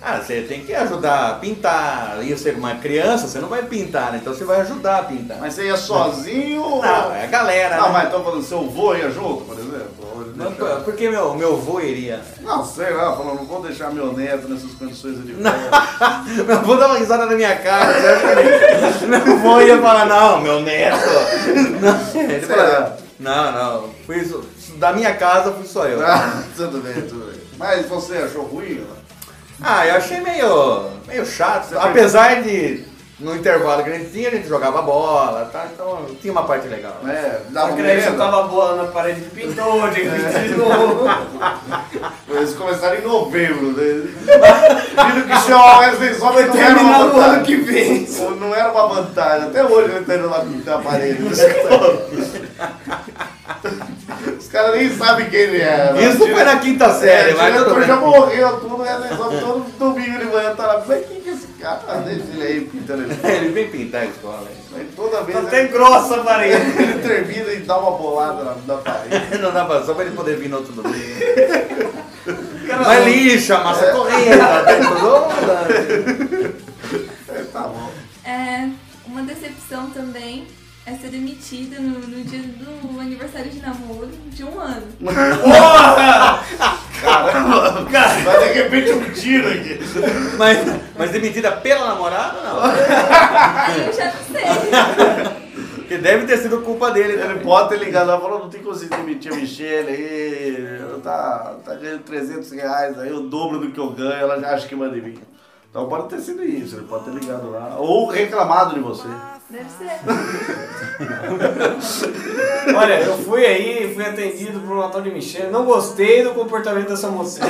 D: Ah, você tem que ajudar a pintar. E você é uma criança, você não vai pintar, né? Então você vai ajudar a pintar.
C: Mas você ia sozinho? ou-
D: não, é a galera,
C: Não,
D: né?
C: mas estão falando, seu avô ia junto, por exemplo? Ou ele
D: Não,
C: deixava?
D: porque meu, meu avô iria.
C: Não, sei lá, falou, não vou deixar meu neto nessas condições de
D: Não.
C: férias.
D: Meu avô dava risada na minha cara, certo? meu avô ia falar, não, meu neto. Não, ele
C: Será?
D: falava, não, não, fui isso, da minha casa fui só eu.
C: Ah, tudo bem, tudo bem. Mas você achou ruim?
D: Ah, eu achei meio, meio chato, apesar de no intervalo que a gente tinha, a gente jogava bola, tá? então tinha uma parte legal.
C: É, dava
E: A
C: um
E: criança
C: medo?
E: tava boa na parede de pintou, tinha que pintar de novo.
C: Eles começaram em novembro, né? E no que chama Wesley só
E: Vai
C: não era
E: terminar no
C: uma
E: ano
C: vantagem.
E: que vem.
C: Não era uma vantagem. Até hoje ele tá indo lá pintar a parede. da escola. Os caras nem sabem quem ele era.
D: Isso
C: Tira-
D: foi na quinta série,
C: é,
D: mas
C: O diretor
D: tudo
C: já
D: bem.
C: morreu, tudo. Wesley só todo domingo de manhã tá lá. Mas quem que é esse cara? Ah, Deixa ele aí pintando ele.
D: É, Ele vem pintar a escola. hein?
C: Mas toda vez
E: Tá
C: ele-
E: até grossa a parede.
C: ele termina e dá uma bolada na, na parede.
D: Não dava só pra ele poder vir no outro domingo. Mas lixa, massa tá? correta, tem tudo.
C: Tá bom.
F: É, uma decepção também é ser demitida no, no dia do aniversário de namoro de um ano.
C: Caramba, cara, mas de repente um tiro aqui.
D: Mas, mas demitida pela namorada, não.
F: Aí eu já não sei.
D: Porque deve ter sido culpa dele. né?
C: Ele
D: também.
C: pode ter ligado lá e falou, não tem conseguido demitir a Michelle aí, tá, tá ganhando 300 reais, aí o dobro do que eu ganho, ela já acha que manda em mim. Então pode ter sido isso, ele pode ter ligado lá. Ou reclamado de você.
F: Deve ser.
E: Olha, eu fui aí, fui atendido por um Natal de Michel. Não gostei do comportamento dessa mocinha.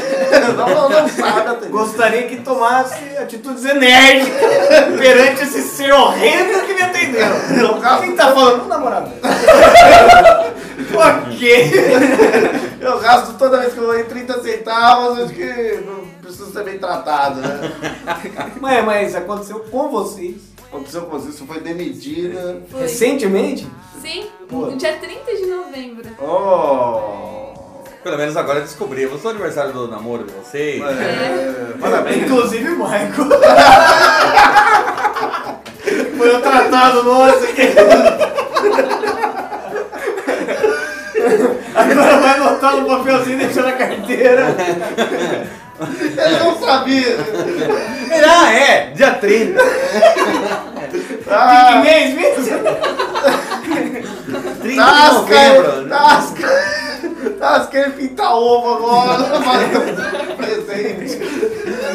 C: Não, não, não sabe até
E: Gostaria que tomasse atitudes enérgicas perante esse ser horrendo que me atendeu. Quem tá falando? Um namorado. ok.
C: Eu gasto toda vez que eu ganho 30 centavos, acho que não preciso ser bem tratado, né?
E: Mas, mas aconteceu com vocês.
C: Aconteceu com você, você foi demitida.
F: Foi.
E: Recentemente?
F: Sim, no dia 30 de novembro.
C: Oh!
D: Pelo menos agora descobrimos o aniversário do namoro de vocês.
C: É, parabéns.
E: Inclusive o Michael. Foi o tratado nosso aqui. Agora vai botar no Tá um papelzinho e deixar na carteira.
C: Eu não sabia.
D: Ah, é! Dia 30!
C: Tá.
E: Pigmês mesmo?
D: 30 de
C: Tasca ele,
D: novembro.
E: né?
C: tasca, tasca ele pinta ovo agora, vai presente.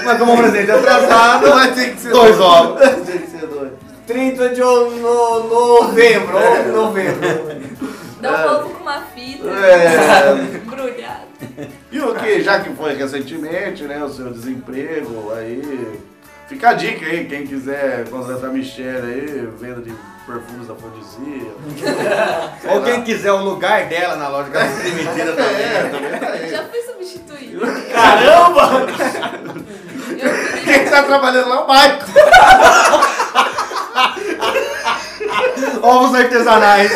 D: Mas como um presente atrasado,
C: Não vai ter que ser
D: Dois
C: doido.
D: ovos.
C: Vai ter que ser doido.
E: 30 de no- no- novembro. ou novembro.
F: Dá um ovo com uma fita.
C: É.
F: Embrulhado.
C: E o que, já que foi recentemente, né, o seu desemprego, aí... Fica a dica aí, quem quiser contratar Michelle aí, venda de perfumes da Fondizia.
D: ou quem quiser o lugar dela na loja, que ela foi demitida também.
C: É.
F: Já fui substituído.
C: Caramba!
F: Eu queria
C: Quem tá trabalhando lá é o Michael.
D: Ovos artesanais.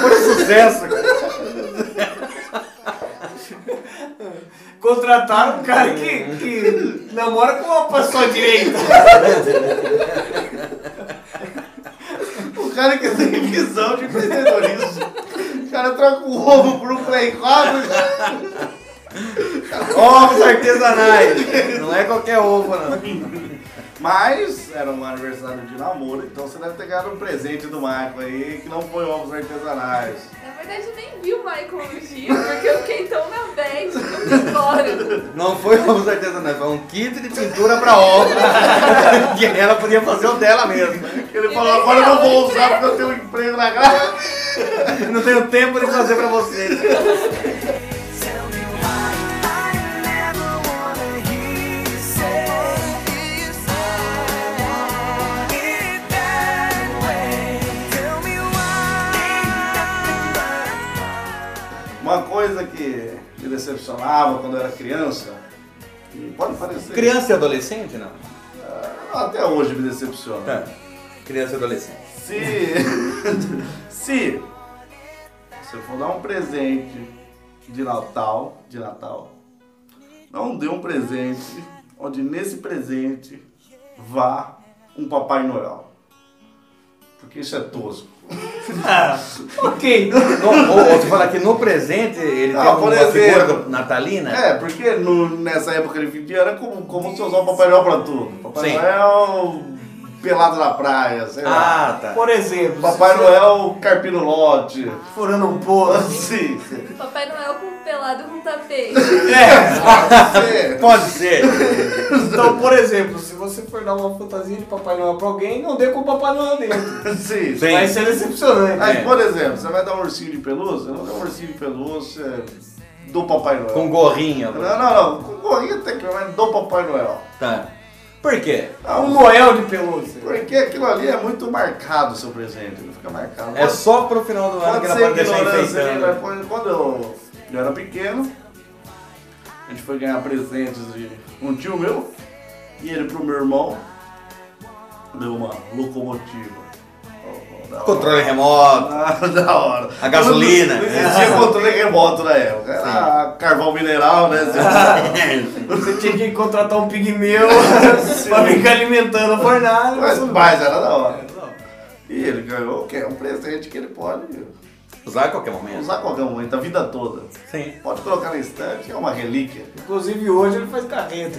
D: Foi sucesso.
E: Contrataram um cara que, que namora com uma pessoa direita.
C: O cara que tem visão de empreendedorismo. O cara troca o ovo por um Play 4.
D: Ovos artesanais. Não é qualquer ovo, não.
C: Mas era um aniversário de namoro, então você deve ter ganhado um presente do Marco aí, que não foi ovos artesanais.
F: Na verdade, eu nem vi o Michael no dia, porque eu fiquei tão na bad que eu fui embora.
D: Não foi ovos artesanais, foi um kit de pintura pra ovos. que ela podia fazer o dela mesma.
C: Ele falou, agora eu não vou usar porque eu tenho um emprego na graça.
D: Não tenho tempo de fazer pra vocês.
G: Tell me why I never wanna hear you say I want it that way. Tell me why.
C: Uma coisa que me decepcionava quando eu era criança, e pode parecer.
D: Criança e adolescente, não?
C: Até hoje me decepciona.
D: Criança e adolescente.
C: Se. se você for dar um presente de Natal, de Natal, não dê um presente onde nesse presente vá um Papai Noel. Porque isso é tosco.
D: Ah,
E: ok.
D: No, ou, ou você fala que no presente ele
C: Ah,
D: tem alguma
C: por exemplo.
D: figura natalina?
C: É, porque no- nessa época de fim de ano é como, como se usar o Papai Noel pra tudo. Papai
D: Sim.
C: Noel pelado na praia, sei lá.
D: Ah, tá.
E: Por exemplo,
C: Papai
E: se-
C: Noel carpino lote.
E: furando um poço.
C: Assim,
F: Papai Noel com pelado com tapete.
E: É.
C: você-
D: Pode ser.
E: Então, por exemplo, se você for dar uma fantasia de Papai Noel pra alguém, não dê com o Papai Noel dentro.
D: Sim.
C: assim,
E: Vai ser decepcionante.
C: Aí,
D: É.
C: por exemplo, você vai dar um ursinho de pelúcia? Não dá um ursinho de pelúcia é, do Papai Noel.
D: Com gorrinho.
C: Não, não, não. Com gorrinho até que mas do Papai Noel.
D: Tá. Por quê?
C: Ah,
E: Um
C: um-
E: Noel de pelúcia.
C: Porque aquilo ali é muito marcado o seu presente. Ele fica marcado.
D: É só pro final do ano que
C: Pode
D: ela
C: ser
D: pode deixar
C: ignorância, né?
D: enfeitando.
C: Mas quando- Quando eu, eu era pequeno, a gente foi ganhar presentes de um tio meu e ele pro meu irmão deu uma locomotiva. Ó, da hora.
D: Controle remoto.
C: Ah, da hora.
D: A gasolina.
C: Não existia controle remoto na época. Era carvão mineral, né?
E: Você tinha que contratar um pigmeu pra ficar alimentando a fornalha.
C: Mas, mas era da hora. E ele ganhou o quê? Um presente que ele pode
D: Usar a qualquer momento.
C: usar qualquer momento, a vida toda.
D: Sim.
C: Pode colocar na estante, é uma relíquia.
E: Inclusive hoje ele faz carreta.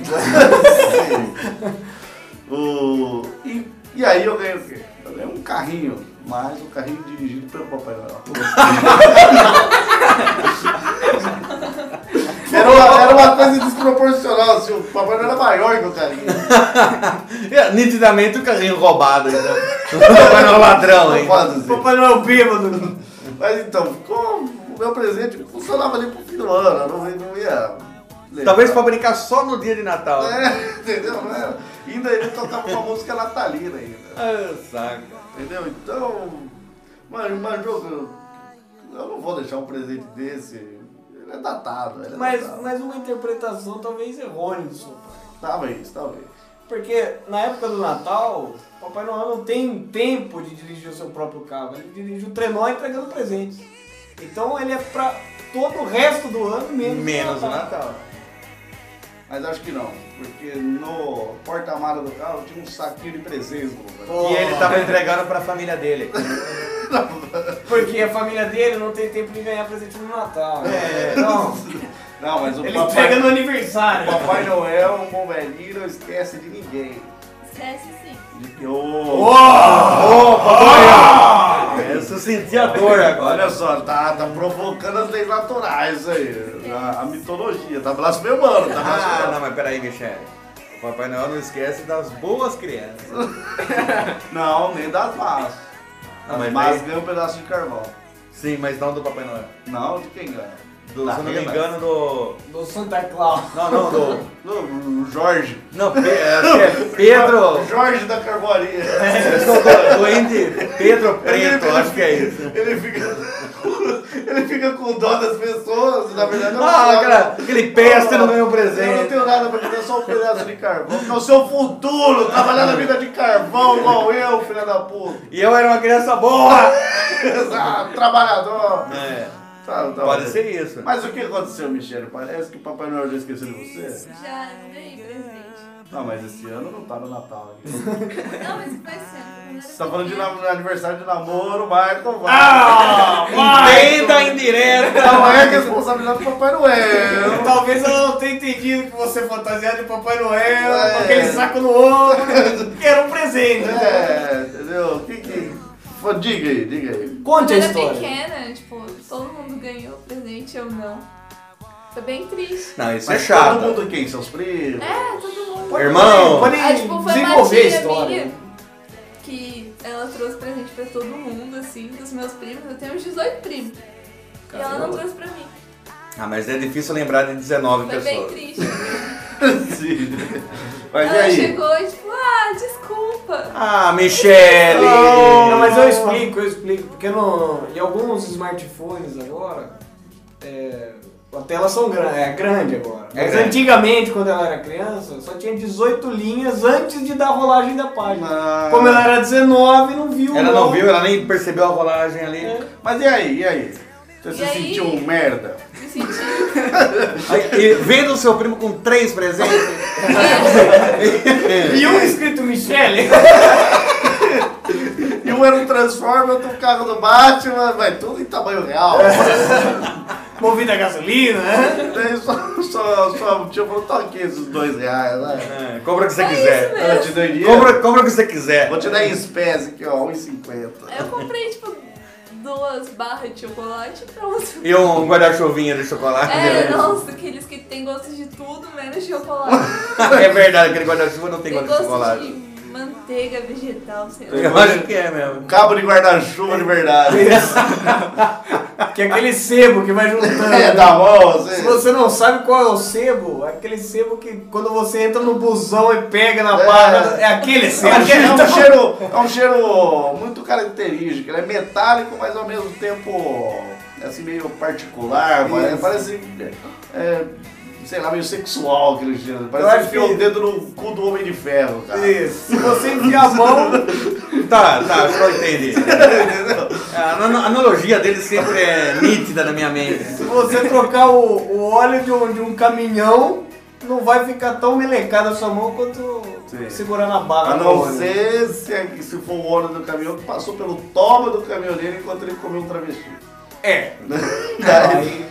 C: O... E, e aí eu ganhei o quê? Eu ganhei um carrinho, mas um carrinho dirigido pelo Papai Noel. Era uma, era uma coisa desproporcional, assim, o Papai Noel era maior que o carrinho.
D: É, nitidamente o carrinho roubado. Então. Papai Noel um ladrão, hein?
C: Não posso dizer.
E: Papai Noel bêbado.
C: assim. Mas então, ficou. O meu presente funcionava ali pro fim do ano, eu não, não ia. levar.
D: Talvez pra brincar só no dia de Natal.
C: É, entendeu? Não era. E ainda ele tocava uma música natalina ainda.
D: Ah, saca.
C: Entendeu? Então. Mano, imagina que eu, eu não vou deixar um presente desse. Ele é datado, ele é
E: Mas,
C: datado.
E: mas uma interpretação talvez errônea do seu pai.
C: Talvez, talvez.
E: Porque na época do Natal, Papai Noel não tem tempo de dirigir o seu próprio carro. Ele dirige o trenó entregando presentes. Então ele é pra todo o resto do ano menos.
D: Menos o Natal.
C: Mas acho que não, porque no porta-mala do carro tinha um saquinho de presentes. mano.
E: Pô,
D: E ele tava entregando pra família dele.
E: Porque a família dele não tem tempo de ganhar presente no Natal. É. Então,
C: Não, mas o
E: Ele
C: Papai,
E: entrega no aniversário.
C: Papai Noel, o bom velhinho, não esquece de ninguém.
F: Esquece sim.
C: De que o. Essa senti a dor agora. Olha só, tá, tá provocando as leis naturais aí. A, a mitologia, tá blasfemando, tá
D: Ah,
C: blasfemando.
D: não, mas peraí, Michele. O Papai Noel não esquece das boas crianças.
C: Não, nem das más.
D: Não,
C: As
D: mas
C: más
D: daí-
C: ganham um pedaço de carvão.
D: Sim, mas não do Papai Noel.
C: Não, de quem ganha?
D: Do,
C: Da
E: Tá,
D: se eu não me
C: renda.
D: engano, do.
E: Do Santa Claus.
D: Não, não, do.
C: Do Jorge.
D: Não, Pe- acho que é Pedro.
C: Jorge da Carvoaria.
D: Não, do, do ente Pedro Preto, É, acho que é isso.
C: Ele fica. Ele fica com dó das pessoas, na verdade. eu não
D: Ah,
C: sei.
D: cara, aquele peste não ganhou
C: Eu não
D: presente.
C: tenho nada pra te dar, só um pedaço de carvão. Que é o seu futuro, trabalhar na vida de carvão, igual eu, filha da puta.
D: E eu era uma criança boa.
C: Exato, Trabalhador.
D: É,
C: Tá, tá.
D: pode ser isso.
C: Mas o que aconteceu, Michele? Parece que o Papai Noel já esqueceu de você.
F: Já não ganhei presente.
C: Não, mas esse ano não tá no Natal aqui.
F: Não, mas foi sempre.
C: Você tá falando de nam- aniversário de namoro, Michael, vai.
D: Venda indireta.
C: Não é responsabilidade do Papai Noel.
E: Então, Talvez ela não tenha entendido que você é fantasiado de Papai Noel,
C: É.
E: com aquele saco no ombro, que era um presente.
C: É, entendeu? O que que. Pô, diga aí, diga aí.
E: Conte a
F: Quando eu
E: história.
F: era pequena, tipo, todo mundo ganhou presente, eu não. Foi bem triste.
D: Não, isso é
C: Mas
D: chato.
C: Todo mundo quem? Seus primos?
F: É, todo mundo.
D: Irmão.
E: Pode
F: Ah, tipo, foi uma
E: desenvolver a
F: tia
E: história.
F: minha que ela trouxe presente pra todo mundo, assim, dos meus primos. Eu tenho uns 18 primos. E ela não trouxe pra mim.
D: Ah, mas é difícil lembrar de 19
F: Foi bem
D: pessoas.
F: triste.
C: Sim. Mas e
F: ela
C: aí?
F: chegou e tipo, ah, desculpa.
D: Ah, Michele!
E: Não, mas eu explico, eu explico, porque no, em alguns smartphones agora, é, a tela são gran, é grande agora.
D: É
E: mas
D: grande.
E: antigamente, quando ela era criança, só tinha 18 linhas antes de dar a rolagem da página.
C: Ah,
E: Como ela era 19, não viu
D: Ela não viu, ela nem percebeu a rolagem ali.
F: É.
C: Mas e aí, e aí? Você se
F: E aí?
C: sentiu um merda?
F: Me senti.
D: Aí, E vendo o seu primo com três presentes.
E: E um escrito Michele.
C: E um era um Transformer, outro um carro do Batman, vai tudo em tamanho real.
E: Movida a gasolina, né?
C: Daí só, só, só tia falou, tá aqui esses dois reais, né?
D: É, compra o que você
F: Foi isso
D: quiser.
C: Ela
F: mesmo.
C: te deu dinheiro?
D: Compra, compra o que você quiser.
C: Vou te dar em espécie aqui, ó, 1,50.
F: Aí eu comprei, tipo, duas barras de chocolate e pronto.
D: E um guarda-chuvinha de chocolate.
F: É, nossa, aqueles que tem gosto de tudo, menos chocolate.
D: É verdade, aquele guarda-chuva não tem
F: Tem
D: gosto de
F: gosto
D: chocolate.
F: de manteiga vegetal, sei lá.
D: Eu acho que é mesmo.
C: Um Cabo de guarda-chuva de verdade.
E: Que é aquele sebo que vai juntando.
C: É, da mão,
E: Se
C: assim.
E: você não sabe qual é o sebo, é aquele sebo que quando você entra no busão e pega na
C: É.
E: barra, é aquele
C: É
E: sebo.
C: um cheiro- é um cheiro, é um cheiro muito característico, ele é metálico, mas ao mesmo tempo assim meio particular, parece, parece é, sei lá, meio sexual aquele cheiro.
E: Eu
C: Parece que
E: acho
C: enfiou
E: que-
C: o dedo no cu do homem de ferro, cara.
E: Isso. Se você enfiar a mão,
D: Tá, tá, acho que eu entendi. A ano- a analogia dele sempre é nítida na minha mente.
E: se você trocar o, o óleo de um, de um caminhão, não vai ficar tão melecada a sua mão quanto
C: Sim.
E: segurar na barra.
C: A
E: do
C: não
E: óleo.
C: ser se, é se for o ônibus do caminhão que passou pelo toba do caminhoneiro enquanto ele comeu um travesti.
D: É.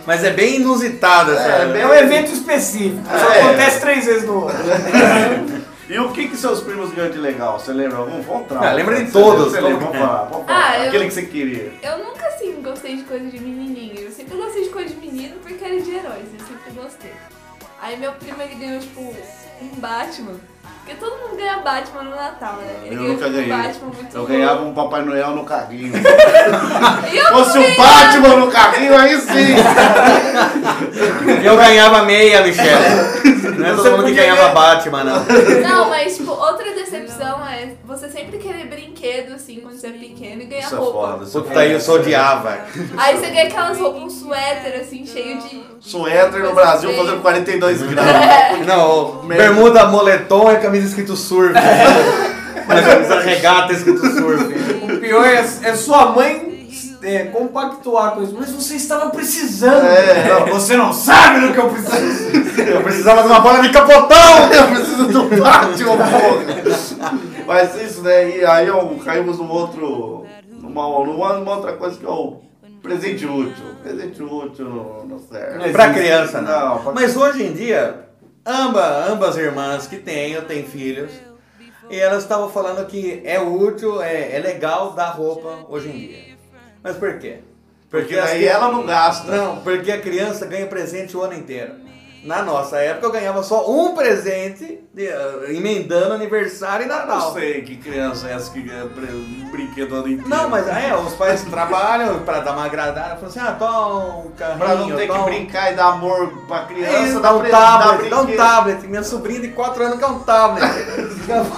D: Mas é bem inusitada essa.
C: É,
E: É um evento específico, só
C: É.
E: acontece três vezes no ano.
C: E o que que seus primos ganham de legal? Você lembra algum? Vamos
D: Ah, lembra de todos,
C: Você
D: como
C: lembra,
D: que
C: vamos
D: é?
C: falar, vamos falar.
F: Ah, eu-
C: Aquele que você queria.
F: Eu nunca, assim, gostei de coisa de menininho. Eu sempre gostei de coisa de menino porque era de heróis. Eu sempre gostei. Aí meu primo, ele ganhou, tipo, um Batman. Porque todo mundo ganha Batman no Natal, né? Ele
C: Eu
F: ganhou,
C: nunca
F: tipo,
C: ganhei.
F: um Batman muito
C: Eu
F: louco.
C: ganhava um Papai Noel no carrinho.
F: E eu
C: Se fosse o
F: também,
C: Batman no carrinho, aí sim.
D: E eu ganhava meia, Michelle. Não é todo mundo que ganhava Batman, não.
F: Não, mas, tipo, outra decepção é você sempre querer brinquedo, assim, quando você é pequeno e ganhar
C: Isso é
F: roupa.
C: foda. isso é
D: Puta, aí eu só odiava.
F: Aí você ganha aquelas roupas, um suéter, assim, cheio de...
C: Suéter no Brasil fazendo 42 graus.
F: É.
D: Não, bermuda moletom e camisa escrito surf. Mas camisa regata escrito surf.
E: O pior é, é sua mãe é, compactuar com isso. Mas você estava precisando.
C: É.
E: Não, Você não sabe do que eu preciso.
D: Eu precisava de uma bola de capotão.
C: Eu preciso do Batman, porra. Mas isso, né? E aí eu, caímos num outro. Numa, numa, numa outra coisa que eu Presente útil. Presente útil não, não serve.
D: Pra criança, não.
C: Não, pra-
D: Mas hoje em dia, amba, ambas irmãs que têm, eu tenho filhos, e elas estavam falando que é útil, é, é legal dar roupa hoje em dia. Mas por quê?
C: Porque
D: as
C: daí
D: cri-
C: ela não gasta.
D: Não, porque a criança ganha presente o ano inteiro. Na nossa época eu ganhava só um presente, de- ah, emendando aniversário e Natal.
C: Não sei que criança é essa que ganha pre- um brinquedo ano inteiro.
D: Não, mas é, os pais trabalham pra dar uma agradada, falam assim, ah, toma um carrinho,
C: Pra não ter que
D: toma um-
C: brincar e dar amor pra
D: É
C: criança,
D: Isso, dá um
C: então- dá, pre-
D: tablet, dá
C: dá
D: um
C: brinquedo.
D: tablet. Minha sobrinha de 4 anos quer um tablet.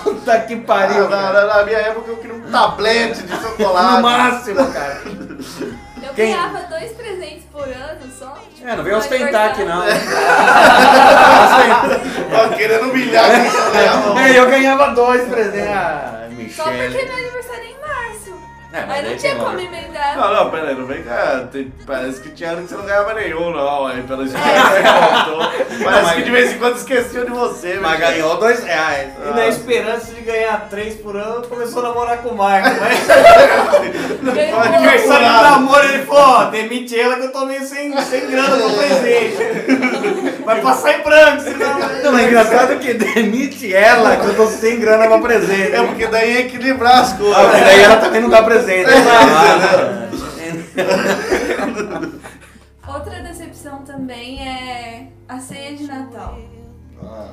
D: Puta que pariu,
C: Ah, na,
D: cara.
C: na- na minha época eu queria um tablete de
D: No
C: chocolate.
D: máximo, cara.
F: Eu
D: Quem-
F: ganhava dois presentes por ano só. tipo,
D: É, não vem ostentar aqui, não.
C: Tá querendo humilhar a criança dela.
D: É, eu ganhava dois presentes. Ah,
F: Só porque
D: Michele.
F: meu aniversário é em março.
D: É, mas daí
F: Aí não
D: tem
F: tinha como
D: hora.
F: emendar.
C: Não, não, pera aí, não vem cá. Tem- parece que tinha ano que você não ganhava nenhum, não. Aí pela experiência que contou. Parece
D: mas-
C: que de vez em quando esqueciam de você,
F: é
D: Mas
C: Michele.
D: ganhou dois reais.
E: E na esperança de ganhar três por ano, começou a namorar com o Marco, né? mas
F: Ganhou
C: pode
F: um-
C: ganhar.
E: aniversário do namoro, ele falou, ó, demite ela que eu tô meio sem, sem grana pro presente. Vai passar em branco, tá senão...
D: Não, é engraçado que demite ela que eu tô sem grana pra presente.
C: É porque daí é equilibrar as coisas.
D: Ah, mas daí ela também não dá presente. Ah,
F: Outra decepção também é a ceia de Natal. Quando
C: Ah.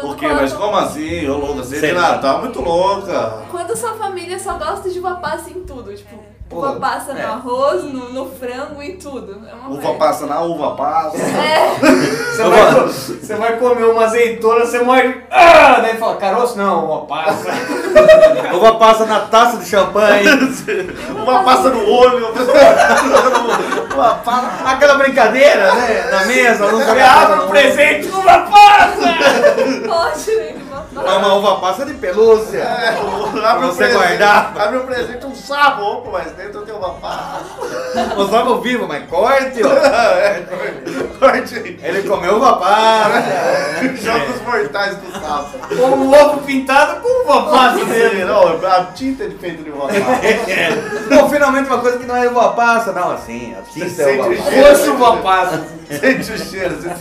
C: Por quê? Mas
F: colocam-
C: como assim? Ô, louca, ceia de
D: Sei lá.
C: Natal é muito louca.
F: Quando sua família só gosta de uva passa em tudo, tipo, uva
D: Pô,
F: passa
D: é.
F: no arroz, no, no frango, em tudo. É uma
C: Uva
F: merda.
C: passa na uva passa.
F: É,
E: Você vai, co- você vai comer uma azeitona, você morde... Ah! Daí fala, caroço não, uma passa.
D: Uva passa na taça de champanhe.
C: Uva passa no olho. Uva passa.
D: Aquela brincadeira, né? Na mesa, não
E: Você abre um presente com uma passa!
F: pode, né? de uva passa.
D: É uma uva passa de pelúcia.
C: É, o- abre
D: Pra
C: o
D: você
C: presente-
D: guardar.
C: Abre o presente um sapo, mas dentro tem uma pasta.
D: Não sabe ao vivo, mas corte, ó.
C: Corte aí.
D: Ele comeu uva passa.
C: Joga os mortais do sapo.
E: Como um ovo pintado com uma passa dele.
C: Não, a tinta é de feito de uva passa.
D: Bom, finalmente uma coisa que não é uva passa. Não, assim, a tinta é
C: Sente
D: uva
C: o
D: passa.
C: cheiro,
E: Roxo uma passa.
C: Sente o cheiro. sente-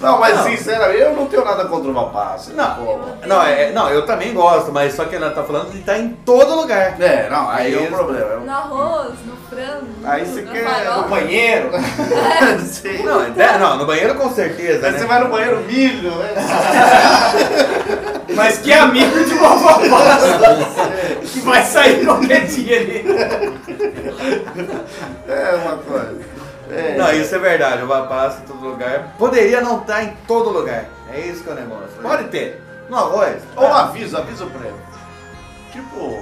C: Não, mas sinceramente, eu não tenho nada contra uva passa.
D: Não, não, é, não, eu também gosto, mas só que ela tá falando de estar em todo lugar.
C: É, não, aí é o
F: No
C: problema.
F: arroz, no frango,
C: Aí
F: no,
C: você
F: na
C: quer-
E: No
F: farofa.
E: banheiro.
C: Sim.
D: Não, é- não, no banheiro com certeza,
C: Aí você
D: né?
C: vai no banheiro milho, né?
E: Mas que amigo de uma babada que vai sair qualquer dia ali.
C: É uma coisa. É.
D: Não, isso é verdade, uva passa em todo lugar. Poderia não estar em todo lugar. É isso que é o negócio. Pode ter. No arroz.
C: Ou aviso, aviso prévio. Tipo,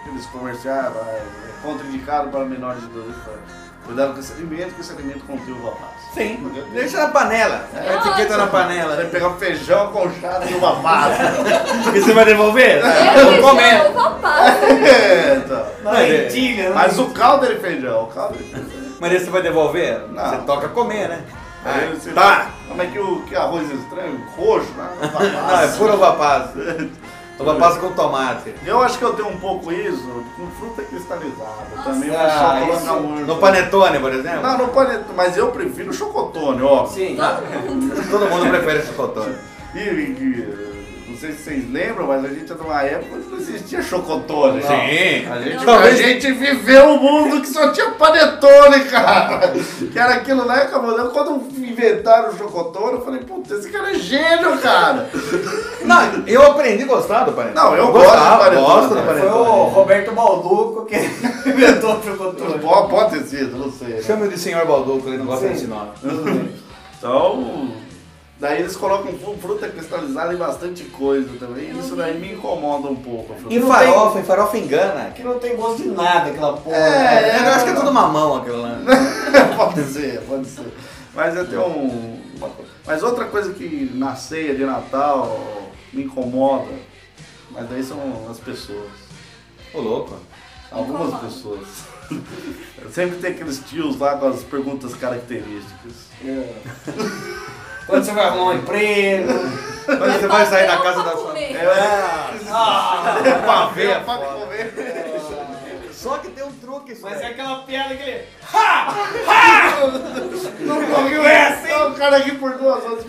C: aqueles comerciais, ah, contraindicado para menores de 12 anos. Cuidado com esse alimento, que esse alimento contém uva passa.
D: Sim. Deixa na panela. A etiqueta na panela. né?
C: Vai pegar feijão com chata e uva passa.
D: E você vai devolver?
F: Eu
D: Não
F: fiz
D: comendo.
F: uva passa.
C: É, então.
E: Na
D: Mas é-
E: lentilha, né?
C: Mas o caldo é de feijão, o caldo de feijão.
D: Mas aí você vai devolver?
C: Não.
D: Você toca comer, né?
C: Aí
D: Ah,
C: você-
D: tá.
C: Como é que o que arroz estranho? Roxo, né? Uva
D: Não, é
C: passa.
D: pura uva passa. Uva passa com tomate.
C: Eu acho que eu tenho um pouco isso com fruta cristalizada. Também com
D: Ah,
C: chocolate
D: isso-
C: na urna.
D: No panetone, por exemplo?
C: um
D: Tá.
C: Não, não panetone, mas eu prefiro chocotone, ó.
E: Sim.
D: Todo mundo prefere chocotone.
C: E, e, eh, não sei se vocês lembram, mas a gente era numa época que não existia chocotone.
D: Sim.
C: A gente, a
D: Talvez-
C: gente viveu um mundo que só tinha panetone, cara. Que era aquilo lá, acabou. Eu, Quando inventaram o chocotone, eu falei, puta, esse cara é gênio, cara.
D: Não, eu aprendi a gostar do panetone.
C: Não, eu
D: Gostava,
C: gosto do panetone.
D: gosto do
E: Foi
D: panetone.
E: o Roberto Balduco que inventou o chocotone.
C: Pode, pode ter sido, não sei. né?
D: Chama de senhor Balduco, ele não gosta
E: Sim.
D: desse nome.
C: Então, daí eles colocam fru- fruta cristalizada em bastante coisa também. Isso daí me incomoda um pouco. a fruta.
D: E
E: não
D: farofa, e farofa engana.
E: Que não tem gosto de nada aquela porra.
C: É.
D: Eu acho que é tudo mamão aquilo né? lá.
C: pode ser, pode ser. Mas eu tenho um. uma coisa. Mas outra coisa que na ceia de Natal me incomoda, mas daí são as pessoas.
D: Ô, louco.
C: Algumas
F: Incomoda.
C: pessoas. Sempre tem aqueles tios lá com as perguntas características.
E: Quando você vai arrumar um emprego.
D: Mas você vai
F: é
D: sair
F: um
D: da casa
F: Pra
D: da sua...
F: comer.
C: É,
E: Ah,
C: pra
D: ver,
C: pra comer.
D: Só que tem um truque isso
E: Mas é
D: daí.
E: aquela piada que ele. Ha! Ha! Não ouviu essa, hein?
C: É um cara aqui por duas horas.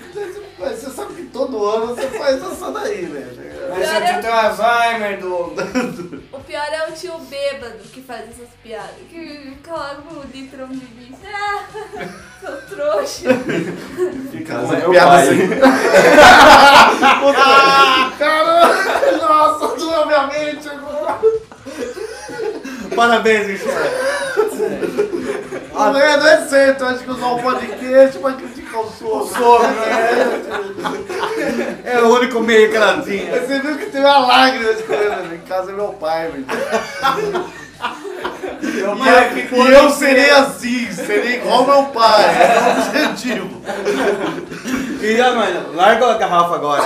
C: Mas Você sabe que todo ano você faz essa daí, né?
E: Mas eu tenho Alzheimer do.
F: O pior é o tio bêbado que faz essas piadas. Que coloca o litrão de vinho. Ah, sou trouxa.
H: Fica
C: Essa
H: é meu
C: piada
H: pai.
C: assim. Caramba! Ah, Nossa, doeu minha mente agora.
D: Parabéns, Michel.
C: Não é, não é certo, eu acho que usar um podcast pra criticar o sogro.
D: né? É o único meio que ela tinha.
C: Você viu que teve uma lágrima escorrendo. Em casa é meu pai, velho.
E: Meu
C: E
D: é
E: pai
C: eu,
E: ficou.
C: e eu serei assim, serei igual meu pai. É o objetivo.
D: E a mãe, larga a garrafa agora.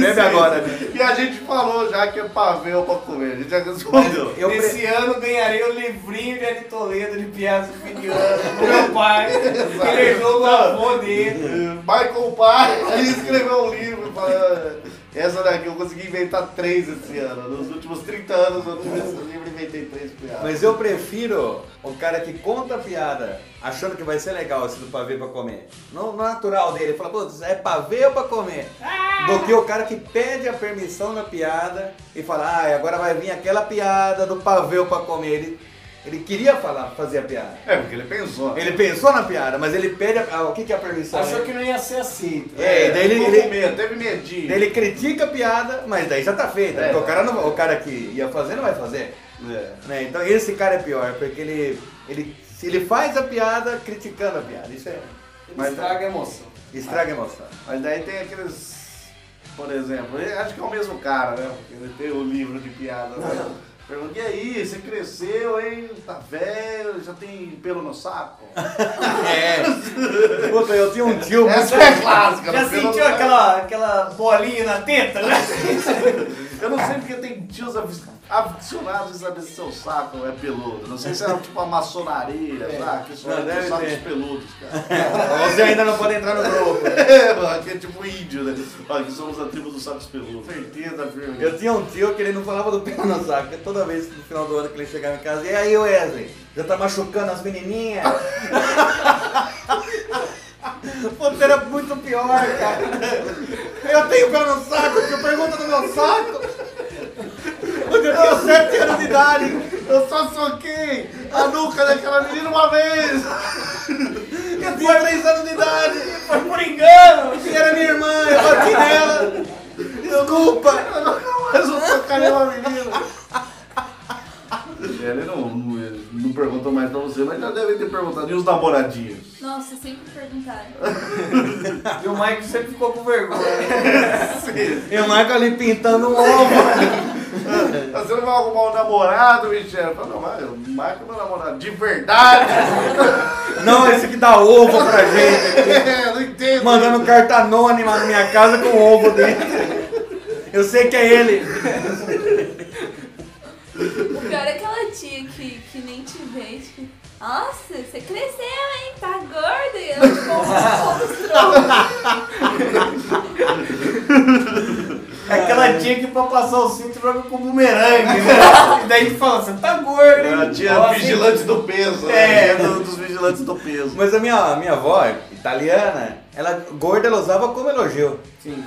D: Bebe agora. né?
C: E a gente falou já que é pavê ou pra comer. A gente já respondeu.
D: Eu pre-
E: Esse ano ganharei o livrinho de Ari Toledo de piadas do fim de ano do meu pai. que ele herdou do avô dele.
C: Michael Pai, aí escreveu um livro para essa daqui, eu consegui inventar três esse ano. Nos últimos 30 anos eu tive esse livro e inventei três piadas.
D: Mas eu prefiro o cara que conta a piada achando que vai ser legal esse do pavê pra comer. Não no natural dele, ele fala, putz, é pavê ou pra comer? Do que o cara que pede a permissão da piada e fala, ah, agora vai vir aquela piada do pavê ou pra comer. Ele, ele queria falar, fazer a piada.
C: É, porque ele pensou.
D: Ele pensou na piada, mas ele pede a, ah, o que, que é a permissão?
E: Achou
D: né?
E: que não ia ser assim. aceito.
D: É, daí ele,
C: ficou com
D: ele,
C: medo, teve medinho.
D: daí ele critica a piada, mas daí já tá feita.
C: É.
D: porque o cara, não, o cara que ia fazer não vai fazer.
C: É.
D: né? Então esse cara é pior, porque ele, ele, se ele faz a piada criticando a piada. Isso é.
E: Mas traga emoção.
D: Estraga a emoção.
C: Mas daí tem aqueles, por exemplo, eu acho que é o mesmo cara, né? Porque ele tem o livro de piadas. Né? Pergunta, e aí, você cresceu, hein? Tá velho, já tem pelo no saco?
D: É. Puta, eu tinha um tio.
C: Essa é clássica.
E: Já
C: no pelo no
E: sentiu
C: saco.
E: aquela, aquela bolinha na teta, né?
C: Eu não sei porque tem tios avis- aficionados a saber se seu saco é peludo. Não sei se é tipo a maçonaria, tá? que só
D: Não,
C: é
D: deve
C: só
D: ter.
C: dos peludos, cara.
D: Você ainda não pode entrar no grupo.
C: É, que é tipo índio, né? Ó, que somos a tribo dos sacos peludos. Certeza, firme.
D: Eu tinha um tio que ele não falava do pelo no saco, porque toda vez no final do ano que ele chegava em casa, e aí Wesley, já tá machucando as menininhas? Puta, era muito pior, cara. Eu tenho pelo no saco, que pergunta do meu saco. Quando eu tinha 7 anos de idade,
C: Eu só soquei a nuca daquela menina uma vez.
D: eu tinha 3 anos de idade,
E: Foi por engano.
D: e era minha irmã, eu bati nela. Desculpa.
C: Mas eu socarei uma menina. Ele não, não, não perguntou mais pra você, mas já deve ter perguntado. E os namoradinhos?
F: Nossa, sempre perguntaram.
E: E o Mike sempre ficou com vergonha.
D: Eu marco ali pintando um ovo.
C: Ah, Você não vai arrumar um namorado, Michel? Eu falo, não, mas eu marco meu namorado. De verdade?
D: Não, esse que dá ovo pra gente.
C: É, não entendo.
D: mandando carta anônima na minha casa com ovo dentro. Eu sei que é ele.
F: O pior é aquela tia que, que nem te vê, tipo, nossa, você cresceu, hein? Tá gorda e eu tipo,
E: É Aquela tia que pra passar o cinto joga com bumerangue. Né? E daí tu fala, você tá gordo, hein?
C: É a tia
E: Ó, assim,
C: vigilante do peso. né?
E: É,
D: um
C: do- dos vigilantes do peso.
D: Mas a minha, minha avó, é italiana, ela gorda ela usava como elogio.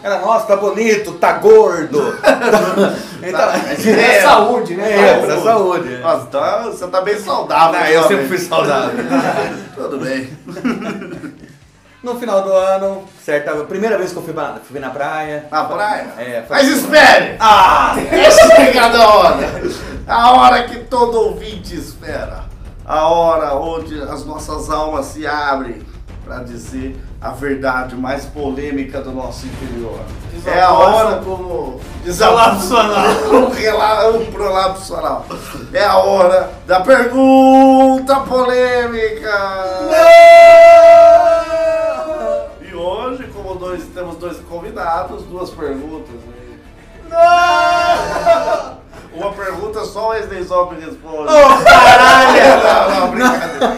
D: Ela, nossa, tá bonito, tá gordo. então,
E: É, saúde, né?
D: É, pra saúde. é.
C: Nossa, tá, você tá bem saudável.
D: Ah, eu sempre
C: realmente.
D: fui saudável.
C: Tudo bem.
D: No final do ano, certa primeira vez que eu fui, pra- fui na praia.
C: Na praia?
D: É, foi-
C: Mas espere!
D: Ah!
C: Deixa chegar a hora. A hora que todo ouvinte espera. A hora onde as nossas almas se abrem para dizer a verdade mais polêmica do nosso interior. É a hora como desabafo um, rela- um prolapso anal. É a hora da pergunta polêmica. E hoje, como dois, temos dois convidados, duas perguntas. né?
D: Ah!
C: Uma pergunta só o Wesley Zop responde. Oh,
D: é.
C: caralho! não, não, brincadeira.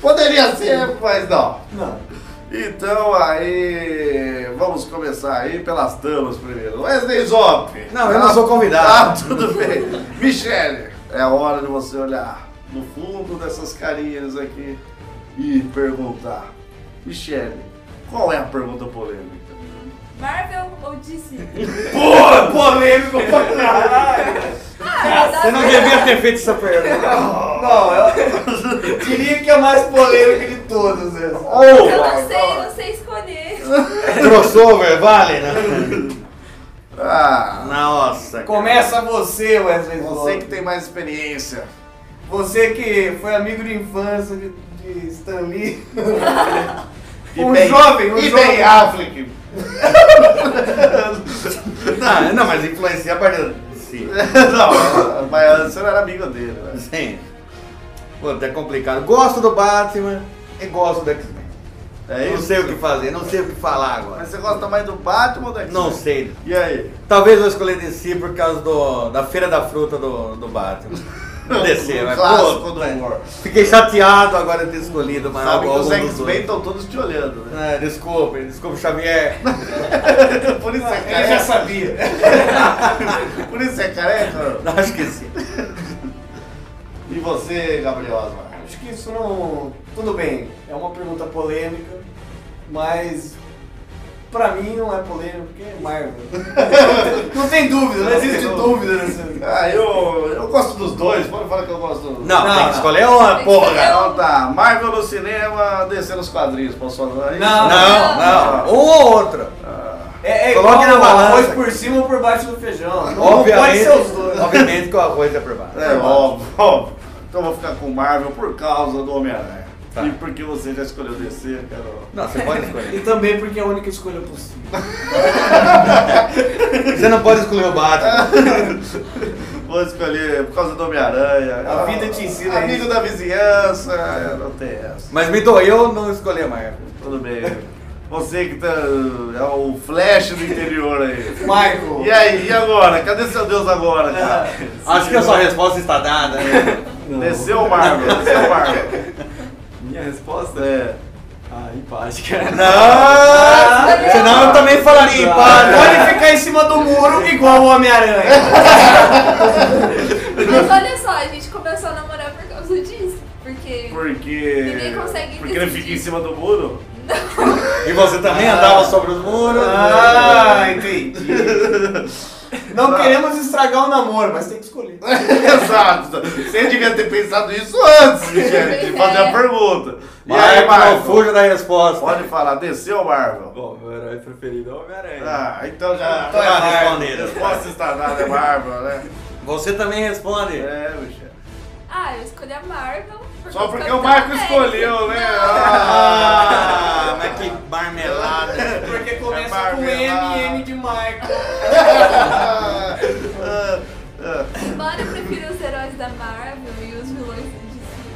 C: Poderia ser, mas não.
E: Não.
C: Então aí, vamos começar aí pelas damas primeiro. Wesley Zop.
D: Não, eu não sou convidado.
C: Ah, tudo bem. Michele. É hora de você olhar no fundo dessas carinhas aqui e perguntar: Michele, qual é a pergunta polêmica?
F: Marvel ou DC?
E: Pô, é polêmico pra caralho.
F: Ah,
D: Você não devia ter feito essa pergunta.
E: Não, eu diria que é a mais polêmica de todas essas.
C: Oh,
F: Eu
C: my
F: não sei, eu
C: God.
F: não sei escolher.
D: Crossover, vale? né?
C: Ah,
D: Nossa. cara.
E: Começa você, Wesley
C: você
E: Zop.
C: que tem mais experiência.
E: Você que foi amigo de infância de, de Stan Lee.
C: E
E: um
C: bem-
E: jovem, um
C: e
E: jovem.
C: bem Affleck.
D: Não, não, mas influencia a partir do... Sim.
C: não, mas você não era amigo dele, né?
D: Sim. Pô, até complicado. Gosto do Batman e gosto do X-Men.
C: É
D: Não
C: isso?
D: sei o que fazer, não sei o que falar
C: Mas
D: agora.
C: você gosta mais do Batman ou da
D: Não
C: X-Men?
D: sei.
C: E aí?
D: Talvez eu escolhi DC por causa do, da feira da fruta do, do Batman. DC,
C: o
E: é
D: mas
C: Um clássico
D: pô,
C: do humor.
D: fiquei chateado agora de ter escolhido, mas
C: Sabe que
D: algum
C: os
D: dos
C: X-Men
D: dois.
C: estão todos te olhando, né?
D: Ah, desculpa, desculpa, Xavier.
C: Por isso é
E: Ah, Ele já
C: careca.
E: sabia.
C: Por isso é careca.
D: Acho que sim.
C: E você, Gabriel Osmar?
E: Acho que isso não. Tudo bem, é uma pergunta polêmica, mas pra mim não é polêmica porque é Marvel. não tem dúvida, não existe dúvida nessa.
C: Ah, eu, eu gosto dos dois. Pode falar que eu gosto dos
D: Não,
E: Não,
D: tem
E: não.
D: que escolher uma,
F: Tem que
D: porra.
F: escolher
C: Então tá, Marvel no cinema, descer nos quadrinhos, posso falar isso?
E: Não.
D: Não, não. Um ou outro.
E: É, é
D: Coloque
E: igual
D: na balança.
E: arroz por cima ou por baixo do feijão. Não pode
D: Obviamente,
E: ser os dois.
D: obviamente que o arroz é aprovado.
C: É óbvio, óbvio. Então eu vou ficar com Marvel por causa do Homem-Aranha.
D: Tá.
C: E porque você já escolheu descer, Carol.
D: Não, você pode
E: E
D: escolher.
E: também porque é a única escolha possível.
D: Você não pode escolher o Batman.
C: Vou escolher por causa do Homem-Aranha.
E: A vida te ensina
C: Amigo
E: isso.
C: da vizinhança. Não tem essa.
D: Mas me doeu não escolher a Marvel.
C: Tudo bem. Você que tá. É o flash do interior aí.
E: Michael.
C: E aí, e agora? Cadê seu Deus agora, cara?
D: Acho que a sua resposta está dada. né?
C: Desceu o Marvel, desceu o Marvel.
H: Minha resposta é.
C: É.
H: Ah, empate, cara.
D: Não! Ah, Senão eu também falaria empate.
E: Pode ficar em cima do muro igual o Homem-Aranha.
F: Mas olha só, a gente começou a namorar por causa disso. Porque.
C: Porque.
F: Ninguém consegue
C: Porque ele
F: decidir.
C: fica em cima do muro?
D: E você também andava sobre os muros.
E: Ah, entendi. Não queremos estragar o namoro, mas tem que escolher.
C: Exato. Você devia ter pensado isso antes, Michele, de fazer a
F: É.
C: pergunta. E
D: Marvel, não
C: aí, Marvel?
D: fuja da resposta.
C: Pode falar, desceu, Marvel.
H: Bom, meu herói preferido é o Homem-Aranha.
C: Ah, então já.
D: Então é
C: Ah,
D: Marvel.
C: Resposta estadada é Marvel, né?
D: Você também responde.
C: É, Michele.
F: Ah, eu escolhi a Marvel. por
C: Só
F: causa
C: porque
F: do
C: o Marco
F: Capitão
C: escolheu, né?
D: Ah,
C: Ah,
D: mas que marmelada.
E: Porque
C: começa com M, M
E: de Michael.
C: ah, ah.
F: Embora eu prefira os heróis da Marvel e os vilões de cima.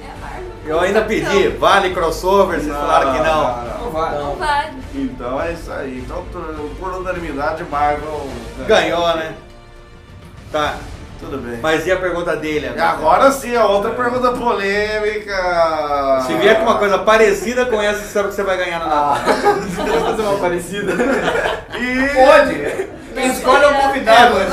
F: É a Marvel.
D: Eu ainda pedi, vale crossover, vocês falaram que não.
E: Não vai.
F: Não vale.
C: Então é isso aí. Então, tu- por unanimidade, Marvel
D: Ganhou, né? Tá,
C: Tudo bem.
D: mas e a pergunta dele?
C: E
D: amigo?
C: Agora sim, a outra pergunta polêmica.
D: É. Se vier com uma coisa parecida com essa, você sabe que você vai ganhar na Natal.
H: Vamos fazer uma parecida?
C: E...
E: Pode. Quem
C: um
E: escolhe é é. o convidado. né?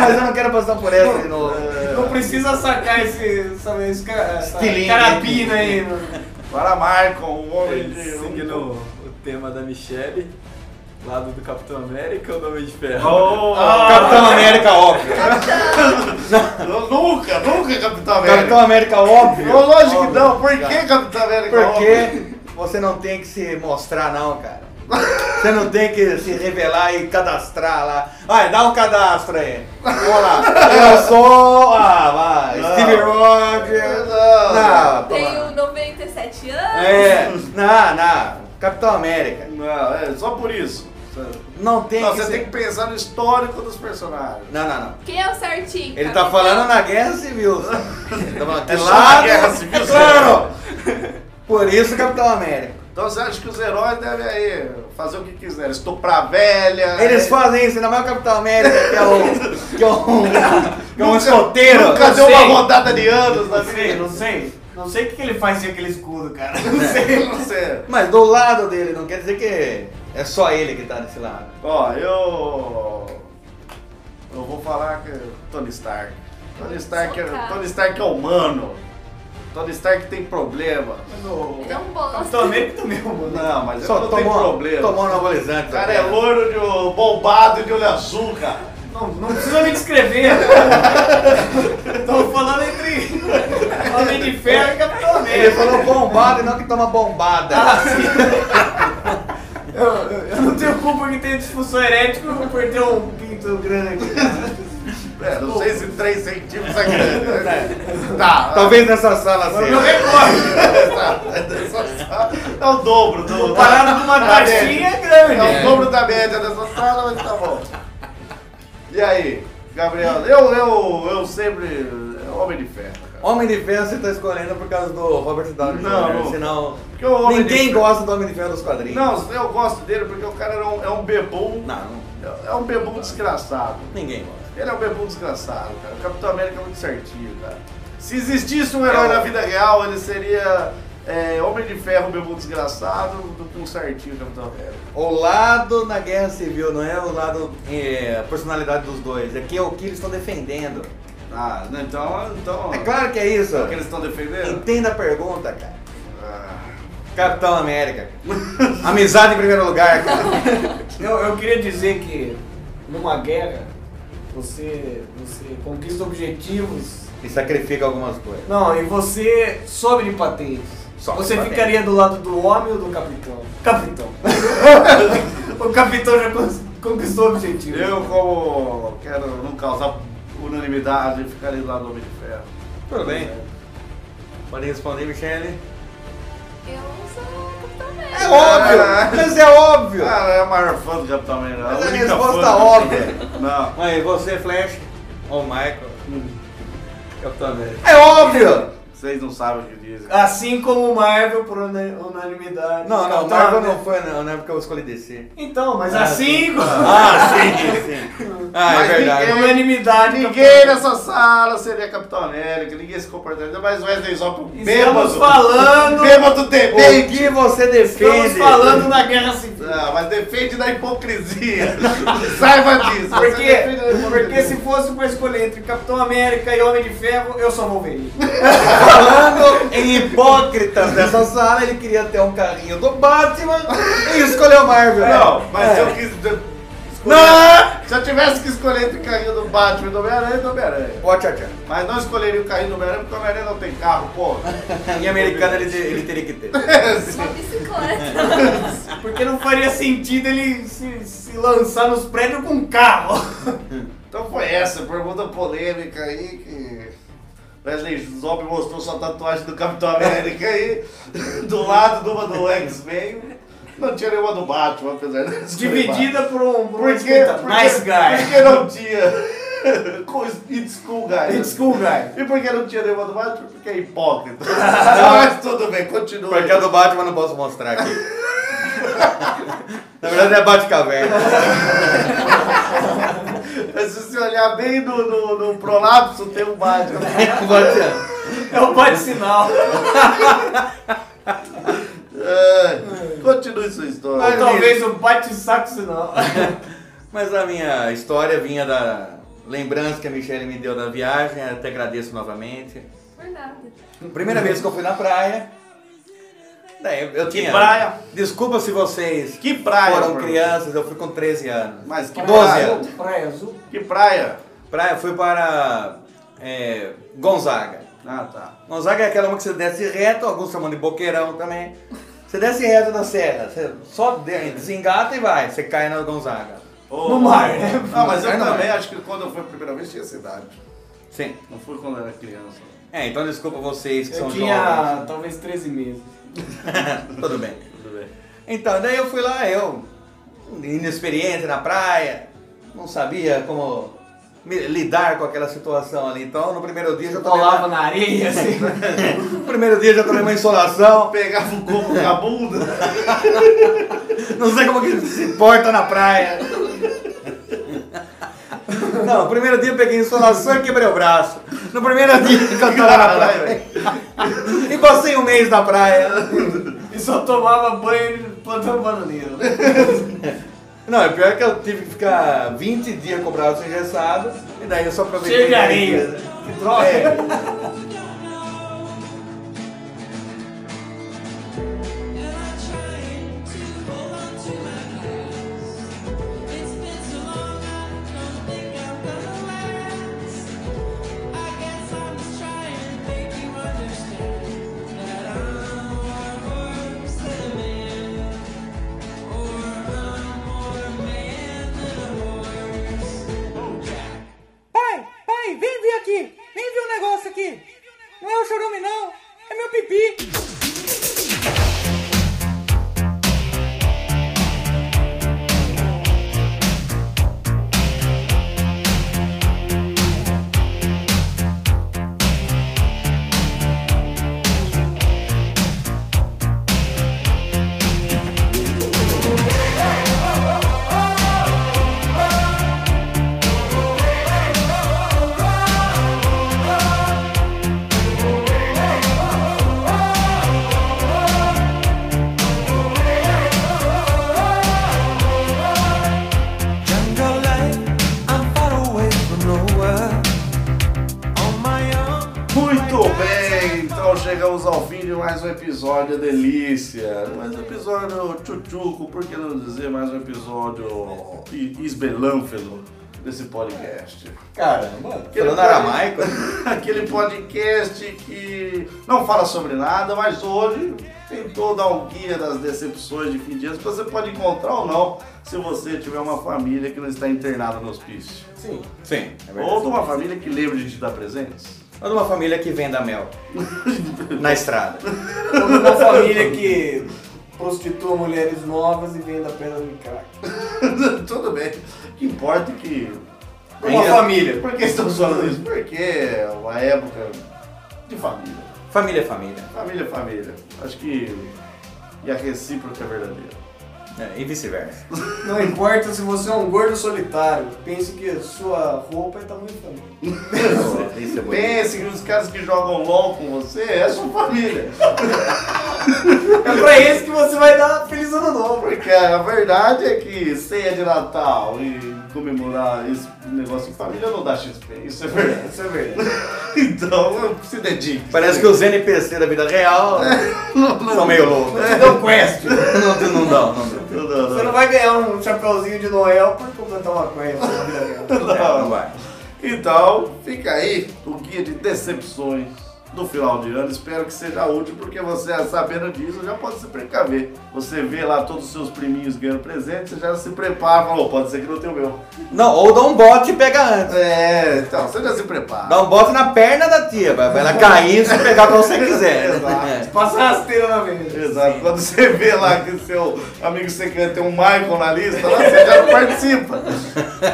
D: mas eu não quero passar por essa de novo.
E: Não precisa sacar esse, essa, esse ca- essa
D: Estilingue.
E: carapina aí. né?
C: Para Michael, um homem de.
H: É, Seguindo o tema da Michelle, lado do Capitão América ou do Homem de Ferro?
C: Oh,
D: Capitão América, óbvio.
C: eu Nunca, nunca Capitão América.
D: Capitão América, óbvio.
C: Não, lógico que não. Por que Capitão América? Óbvio.
D: Porque você não tem que se mostrar, não, cara. Você não tem que se revelar e cadastrar lá. Vai, dá um cadastro aí. Vamos lá. Eu sou. Ah, vai.
C: Não.
D: Steve Rogers.
C: Não.
D: Não, toma.
F: Tenho 97 anos.
D: É, não, não. Capitão América.
C: Não, é só por isso.
D: Não tem
C: Não,
D: que
C: você
D: se-
C: tem que pensar no histórico dos personagens.
D: Não, não, não.
F: Quem é o certinho?
D: Ele tá
F: Capitão?
D: falando na guerra civil. sabe? Tá falando, que
C: É só na
D: lado?
C: Guerra Civil,
D: É Claro! Por isso, Capitão América.
C: Então você acha que os heróis devem aí fazer o que quiserem? Estuprar a velha. é,
D: Eles fazem isso, ainda mais o Capitão América, que é um. que é um. que é um
C: Nunca-
D: escoteiro.
C: Nunca
E: Eu
C: deu
E: sei.
C: uma rodada de anos na
E: Não sei,
C: vida.
E: não sei. Não sei o que que ele faz sem aquele escudo, cara.
C: Não sei, não sei.
D: Mas do lado dele, não quer dizer que é só ele que tá desse lado.
C: Ó, eu. Eu vou falar que Tony Stark. Tony Stark, é,
F: Socado.
C: Tony Stark é humano. Tony Stark tem problema.
F: Ele é um bosta.
E: Também que também é um boneco.
C: Não, mas
D: Só
C: eu não tem
D: tomou,
C: problema.
D: tomou um
C: O
D: anabolizante.
C: cara é loiro, de, o- bombado de olho azul, cara.
E: Não, não precisa me descrever. Estamos falando entre Homem de Ferro e Capitão
D: Ele
E: América.
D: falou bombado e não que toma bombada.
C: Ah,
E: Eu, eu- eu não tenho culpa que tenha disfunção erética eu vou perder um pinto grande aqui.
C: É, não sei se 3 centímetros é grande. né? Tá,
D: Talvez nessa sala
E: Meu
C: é
D: seja.
E: recorde.
C: dessa sala é o dobro do.
E: Parado numa
C: da média.
E: taxinha é grande.
C: Ah, É o dobro da média dessa sala, mas tá bom. E aí, Gabriel? Eu, eu, eu sempre. é Homem de ferro, cara.
D: Homem de Ferro você tá escolhendo por causa do Robert Downey Jr. né?
C: Não, não.
D: Senão,
C: Porque o Homem de
D: ninguém
C: Ferro-
D: gosta do Homem de Ferro dos quadrinhos.
C: Não, eu gosto dele porque o cara é um, é um bebum.
D: Não, não,
C: É um bebum desgraçado.
D: ninguém gosta.
C: Ele é um bebum desgraçado, cara. O Capitão América é muito certinho, cara. Se existisse um herói na vida real, ele seria é, Homem de Ferro, bebum desgraçado, do que um certinho Capitão América.
D: O lado na guerra civil não é o lado é, a personalidade dos dois. Aqui é o que eles estão defendendo.
C: Ah, não, então. então
D: É claro que é isso.
C: É o que eles estão defendendo?
D: Entenda a pergunta, cara.
C: Ah,
D: Capitão América. Amizade em primeiro lugar, cara.
E: Eu, eu queria dizer que numa guerra você, você conquista objetivos.
D: E sacrifica algumas coisas.
E: Não, e você sobe de patentes.
D: Sobe
E: você
D: de patente.
E: ficaria do lado do homem ou do capitão? Capitão. o capitão já cons- conquistou o objetivo.
C: eu, como quero não causar unanimidade, ficaria do lado do Homem de Ferro.
D: Tudo bem. Pode responder, Michele.
F: Eu não sou Capitão América.
D: É óbvio!
C: Ah.
D: Mas é óbvio!
C: Cara, é o maior fã do Capitão América.
D: Mas é a
C: única
D: resposta
C: fã do-
D: óbvia.
C: Não.
D: Mas você, Flash? Ou Michael?
H: Capitão América.
D: Hum. É óbvio!
C: Vocês não sabem o que dizem.
E: Assim como o Marvel por una- unanimidade.
D: Não, não,
E: Capitão
D: o Marvel
E: América.
D: não foi, não, não é porque eu escolhi descer.
E: Então, mas assim como
D: Ah, sim, sim. Ah,
C: Mas
D: é verdade.
C: ninguém-
E: unanimidade.
C: Ninguém nessa sala seria Capitão América, ninguém se comportaria. Mas Wesley Zop, o
E: Estamos
C: bêbado.
E: falando.
C: Bêbado
D: O
C: debate.
D: que você defende?
E: Estamos falando na guerra civil.
C: Ah, mas defende da hipocrisia. Saiba disso. você
E: Porque,
C: defende da
D: né?
C: hipocrisia.
E: porque se fosse pra escolher entre Capitão América e Homem de Ferro, eu só vou ver ele.
D: Falando em hipócritas dessa sala, ele queria ter um carrinho do Batman e escolheu o Marvel.
C: Não,
D: né?
C: mas se
D: É.
C: eu quis. de- escolher-
D: Não!
C: Se eu tivesse que escolher entre o carrinho do Batman e do Homem-Aranha, é do Homem-Aranha.
D: Ó, tchau, tchau.
C: Mas não escolheria o carrinho do Homem-Aranha porque o Homem-Aranha não tem carro, pô.
D: Em americano ele, te- ele teria que ter.
F: Uma bicicleta.
E: Porque não faria sentido ele se, se lançar nos prédios com um carro.
C: Então foi essa, pergunta polêmica aí que. Wesley Zop mostrou sua tatuagem do Capitão América aí, do lado de uma do X-Men. Não tinha nenhuma do Batman, apesar de
E: Dividida por um. Por um
C: Por quê?
E: escuta,
C: Porque-
E: nice guy.
C: Por que não tinha? Com os It's Cool Guy.
E: It's cool, guy.
C: E por que não tinha nenhuma do Batman? Porque é hipócrita. Mas tudo bem, continua.
D: Porque a do Batman eu não posso mostrar aqui. Na verdade é Batcaverna.
C: Mas se você olhar bem no, no, no prolapso, tem um Batman.
D: Batman.
E: É o bate sinal.
C: É, continue sua história.
E: Ou talvez o bate saco sinal.
D: Mas a minha história vinha da lembrança que a Michelle me deu da viagem, até agradeço novamente.
F: Por nada.
D: Primeira vez que eu fui na praia. Daí eu, eu tinha.
C: praia?
D: Desculpa se vocês
C: Que praia,
D: foram
C: Bruno?
D: crianças, eu fui com 13 anos.
C: Mas que
D: 12
C: praia?
D: anos.
E: Praia azul.
C: Que praia?
D: Praia, fui para é, Gonzaga.
C: Ah, tá.
D: Gonzaga é aquela uma que você desce reto, alguns chamam de boqueirão também. Você desce reto da serra, você só de- desengata e vai, você cai na Gonzaga.
C: No
E: mar, né?
C: Ah, mas eu
D: No mar.
C: também acho que quando eu fui a primeira vez tinha cidade.
D: Sim.
C: Não fui quando era criança.
D: É, então desculpa vocês que
E: Eu
D: são
E: tinha talvez 13 meses.
D: jovens. Tudo bem. Então, daí eu fui lá, eu, inexperiente na praia, não sabia como me- lidar com aquela situação ali. Então, no primeiro dia já tomei
E: Rolava
D: uma,
E: na areia, assim.
D: no primeiro dia já tomei uma insolação.
C: Pegava o coco com a bunda.
D: Não sei como que se porta na praia. Não, no primeiro dia eu peguei insolação e quebrei o braço. No primeiro dia que eu tava na praia. E passei um mês na praia.
E: E só tomava banho plantando bananeira.
D: Não, é pior que eu tive que ficar 20 dias com o braço engessado. E daí eu só aproveitei.
E: Cheio
D: É.
E: de
D: 10
E: areia. É.
D: dias.
E: Que droga!
B: Pai, pai, vem ver aqui. Vem ver um negócio aqui. Não é o chorume, não. É meu pipi.
G: Jungle life, I'm far away from nowhere. On my own.
C: Muito bem, então chegamos ao fim de mais um episódio delícia. Mais um episódio tchutchuco, por que não dizer mais um episódio i- esbelânfilo desse podcast.
D: Caramba, falando aramaico. né?
C: Aquele podcast que não fala sobre nada, mas hoje tem toda a guia das decepções de fim de ano que você pode encontrar ou não se você tiver uma família que não está internada no hospício.
D: Sim. Sim, é
C: Ou de
D: verdade.
C: uma família que lembra de te dar presentes.
D: Ou de uma família que venda mel na estrada.
E: Uma família que prostitua mulheres novas e vende apenas em crack.
C: Tudo bem. O que importa é que.
E: Uma
D: Ainda-
E: família.
C: Por que estamos falando isso? Porque é uma época de família.
D: Família é família.
C: Família é família. Acho que. E a recíproca é verdadeira.
D: É, e vice-versa.
E: Não importa se você é um gordo solitário, pense que a sua roupa é tamanho de família.
D: Isso é bonito.
C: Pense que os caras que jogam LOL com você é sua família.
E: É pra esse que você vai dar feliz ano novo.
C: Porque a verdade é que ceia de Natal e comemorar esse negócio em família não dá XP. Isso é verdade.
E: Isso é verdade.
C: Então, se dedique.
D: Parece que os NPC da vida real são meio loucos.
E: Você deu quest.
D: Não, não dá, não dá.
C: Não, não,
E: Você
C: não.
E: não vai ganhar um chapeuzinho de Noel por completar uma tá quest na vida real.
D: É, não vai.
C: Então, fica aí o guia de decepções do final de ano. Espero que seja útil, porque você, sabendo disso, já pode se precaver. Você vê lá todos os seus priminhos ganhando presente, você já se prepara. Falou, pode ser que não tenha o meu.
D: Não, ou dá um bote e pega antes.
C: É, então, você já se prepara.
D: Dá um bote na perna da tia, vai vai ela cair e você pegar quando você quiser.
C: Exato.
E: Passa rasteira na venda.
C: Exato, quando você vê lá que seu amigo secreto tem um Michael na lista, lá você já participa.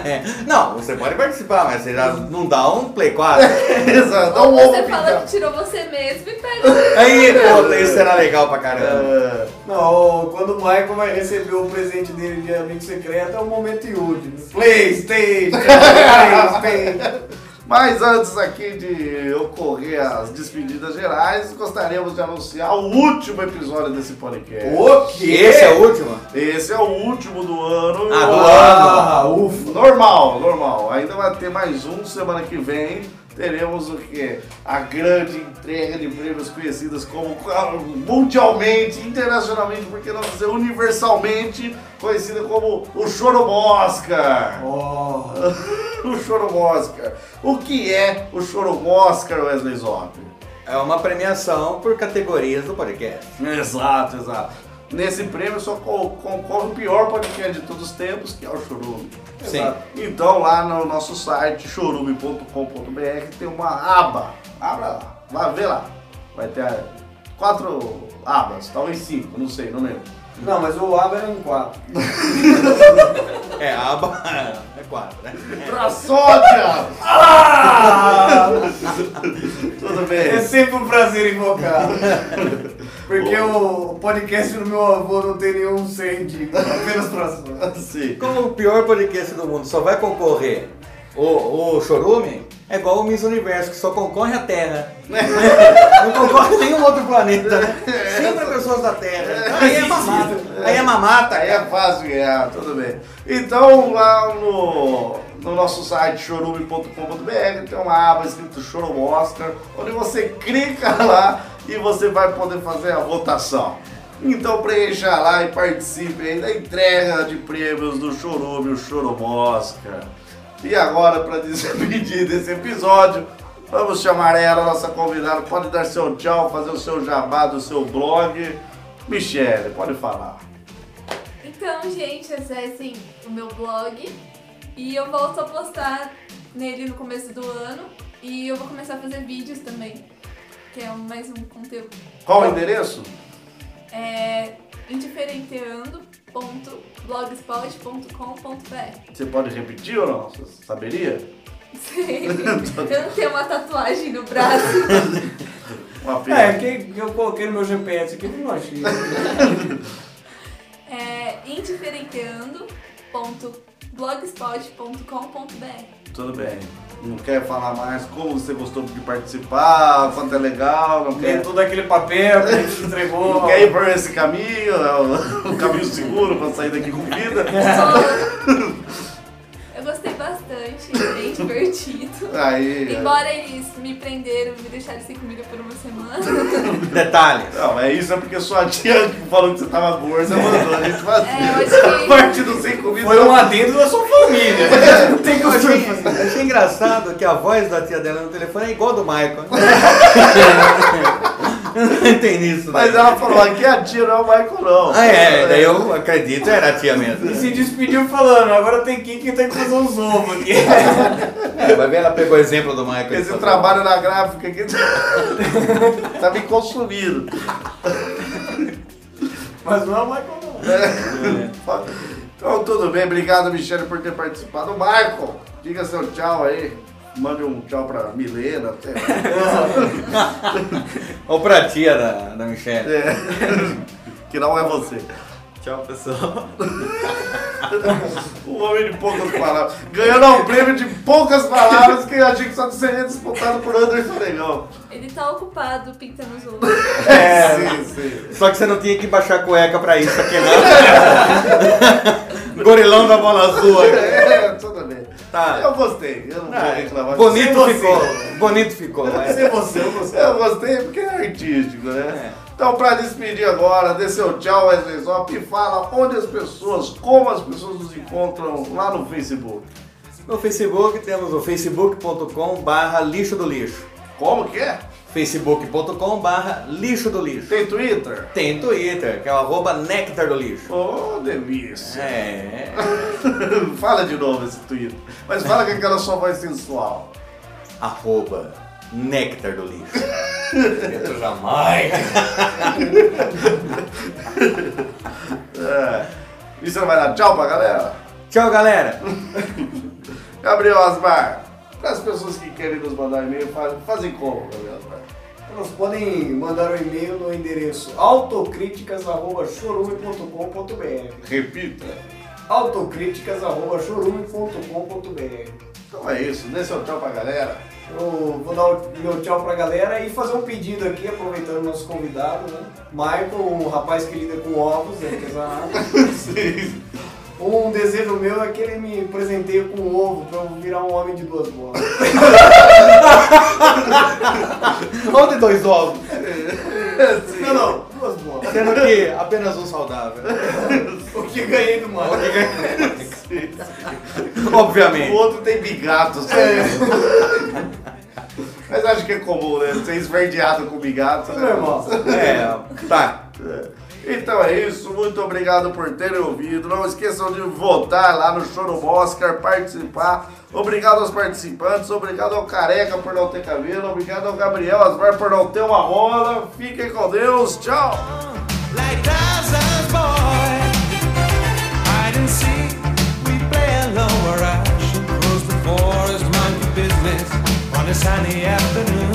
D: É. Não, você pode participar, mas você já não dá um Play 4.
C: Exato, dá um
F: Ou
C: ovo
F: você fala
C: pintado.
F: que tirou você mesmo e pega.
D: Aí, pô, isso era legal pra caramba.
C: É,
E: Não, quando o Michael vai receber o presente dele de amigo secreto, é um momento Yudi. Playstation! Playstation!
C: Mas antes aqui de ocorrer as despedidas gerais, gostaríamos de anunciar o último episódio desse podcast.
E: O
D: E esse é o último?
C: Esse é o último do ano.
D: Ah, do
E: Ah, ufa!
C: Normal, normal. Ainda vai ter mais um semana que vem. Teremos o quê? A grande entrega de prêmios conhecidas como ah, mundialmente, internacionalmente, por que não dizer universalmente, conhecida como o Choro Oscar.
E: Oh,
C: O Choro Oscar. O que é o Choro Oscar, Wesley Zop?
D: É uma premiação por categorias do podcast.
C: Exato, exato. Nesse prêmio só co- concorre o pior podcast de todos os tempos, que é o Chorume.
D: Sim.
E: Exato.
C: Então lá no nosso site chorume.com.br tem uma aba. Abra lá, lá vê lá. Vai ter ah, quatro abas, talvez cinco, não sei, não lembro.
E: Não, mas o Aba era um 4.
D: É, a aba é 4, né?
C: Pra Sônia! Tudo
E: É
C: bem.
E: sempre um prazer invocar. Porque o podcast do meu avô não tem nenhum sentido, apenas tração.
C: Sim.
D: Como o pior podcast do mundo só vai concorrer o, o Chorume, é igual o Miss Universo, que só concorre a Terra. Não concorre nenhum outro planeta, né? Sempre pessoas da Terra. Aí é mamata. Aí é mamata.
C: Aí é fácil ganhar, tudo bem. Então lá no, no nosso site chorume.com.br tem uma aba escrito Choro Oscar, onde você clica lá e você vai poder fazer a votação. Então preencha lá e participe aí da entrega de prêmios do Chorume, o Choro Oscar. E agora, para despedir desse episódio, vamos chamar ela, nossa convidada. Pode dar seu tchau, fazer o seu jabá do seu blog. Michele, pode falar.
F: Então, gente, acessem o meu blog e eu volto a postar nele no começo do ano. E eu vou começar a fazer vídeos também, que é mais um conteúdo.
C: Qual o endereço?
F: É indiferenteando.blogspot.com.br
C: Você pode repetir ou não? Você saberia?
F: Sei, eu não tenho uma tatuagem no braço.
C: Uma
E: É,
C: pena.
E: que eu coloquei no meu GPS aqui, não achei.
F: É indiferenteando.blogspot.com.br
C: Tudo bem. Não quer falar mais como você gostou de participar, quanto é legal, não
E: Tem
D: É.
C: quer,
E: todo aquele papel que a gente entregou.
C: não quer ir por esse caminho, é o, o caminho seguro para sair daqui com vida.
F: Eu gostei bastante, é bem divertido.
C: Aí. é-
F: Embora eles me prenderam e me deixaram sem comida por uma semana.
D: Detalhes.
C: Não, é isso, é porque sua tia que falou que você tava gorda, você mandou a gente fazer.
F: É, eu achei-
C: A parte do sem comida.
E: Foi um adendo da sua família. Não tem
D: Eu achei,
E: como
D: eu achei engraçado que a voz da tia dela no telefone é igual a do Michael. Não tem nisso.
C: Mas ela falou, aqui a tia não é o Michael, não.
D: Ah, é, daí eu acredito, era a tia mesmo.
E: E se despediu falando, agora tem que que tem que fazer uns ovos aqui.
D: É, vai ver, ela pegou o exemplo do Michael.
C: Esse um trabalho na gráfica aqui tá- tá me consumindo.
E: Mas não é o Michael não.
C: É. Então tudo bem, obrigado Michele por ter participado. Michael, diga seu tchau aí. Mande um tchau pra Milena. até.
D: Ou pra tia da, da Michelle.
C: É. que não é você.
H: Tchau, pessoal.
C: Um homem de poucas palavras. Ganhando um prêmio de poucas palavras que eu achei que só seria disputado por Anderson Negão.
F: Ele tá ocupado pintando os outros.
C: É, sim, sim.
D: Só que você não tinha que baixar a cueca pra isso aqui, não. Gorilão da bola azul. aqui.
C: É, tudo bem.
D: Tá. Ah,
C: Eu gostei. Eu não vou reclamar.
D: Bonito
C: Sem você.
D: ficou. Bonito ficou. é. mas-
C: Sem você, eu gostei. Eu gostei porque é artístico, né?
D: É.
C: Então, pra despedir agora, dê seu tchau, Wesley Zop, e fala onde as pessoas, como as pessoas nos encontram lá no Facebook.
D: No Facebook temos o facebook.com barra lixo do lixo.
C: Como que é?
D: facebook.com barra lixo do lixo.
C: Tem Twitter?
D: Tem Twitter, que é o arroba néctar do lixo.
C: Ô, delícia.
D: É.
C: fala de novo esse Twitter. Mas fala com aquela sua voz sensual.
D: Arroba néctar do lixo.
E: Eu jamais.
C: É. E você não vai dar tchau pra galera?
D: Tchau, galera.
C: Gabriel Asmar, para as pessoas que querem nos mandar e-mail, fa- fazem como, Gabriel Asmar?
E: Elas podem mandar um e-mail no endereço autocríticas.chorume.com.br
C: Repita.
E: autocríticas.chorume.com.br
C: Então é isso, dê seu tchau pra galera.
E: Eu vou dar o meu tchau pra galera e fazer um pedido aqui, aproveitando o nosso convidado, né? Michael, um rapaz que lida com ovos, né? artesanato. Um desejo meu é que ele me presenteie com um ovo pra eu virar um homem de duas bolas.
D: Onde dois ovos?
E: Não, não, duas bolas.
D: Sendo que apenas um saudável.
E: O que ganhei do Michael?
C: O
D: Obviamente.
C: outro tem bigatos. É. Mas acho que é comum, né? Ser esverdeado com bigatos.
E: Tudo
C: né?
E: normal.
D: É, tá.
C: Então é isso, muito obrigado por terem ouvido. Não esqueçam de votar lá no show do Oscar, participar. Obrigado aos participantes, obrigado ao Careca por não ter cabelo, obrigado ao Gabriel Asmar por não ter uma rola. Fiquem com Deus, tchau!
G: Like Tarzan's boy. Hide and seek, we play alone where I should cross the forest, mind your business on this sunny afternoon.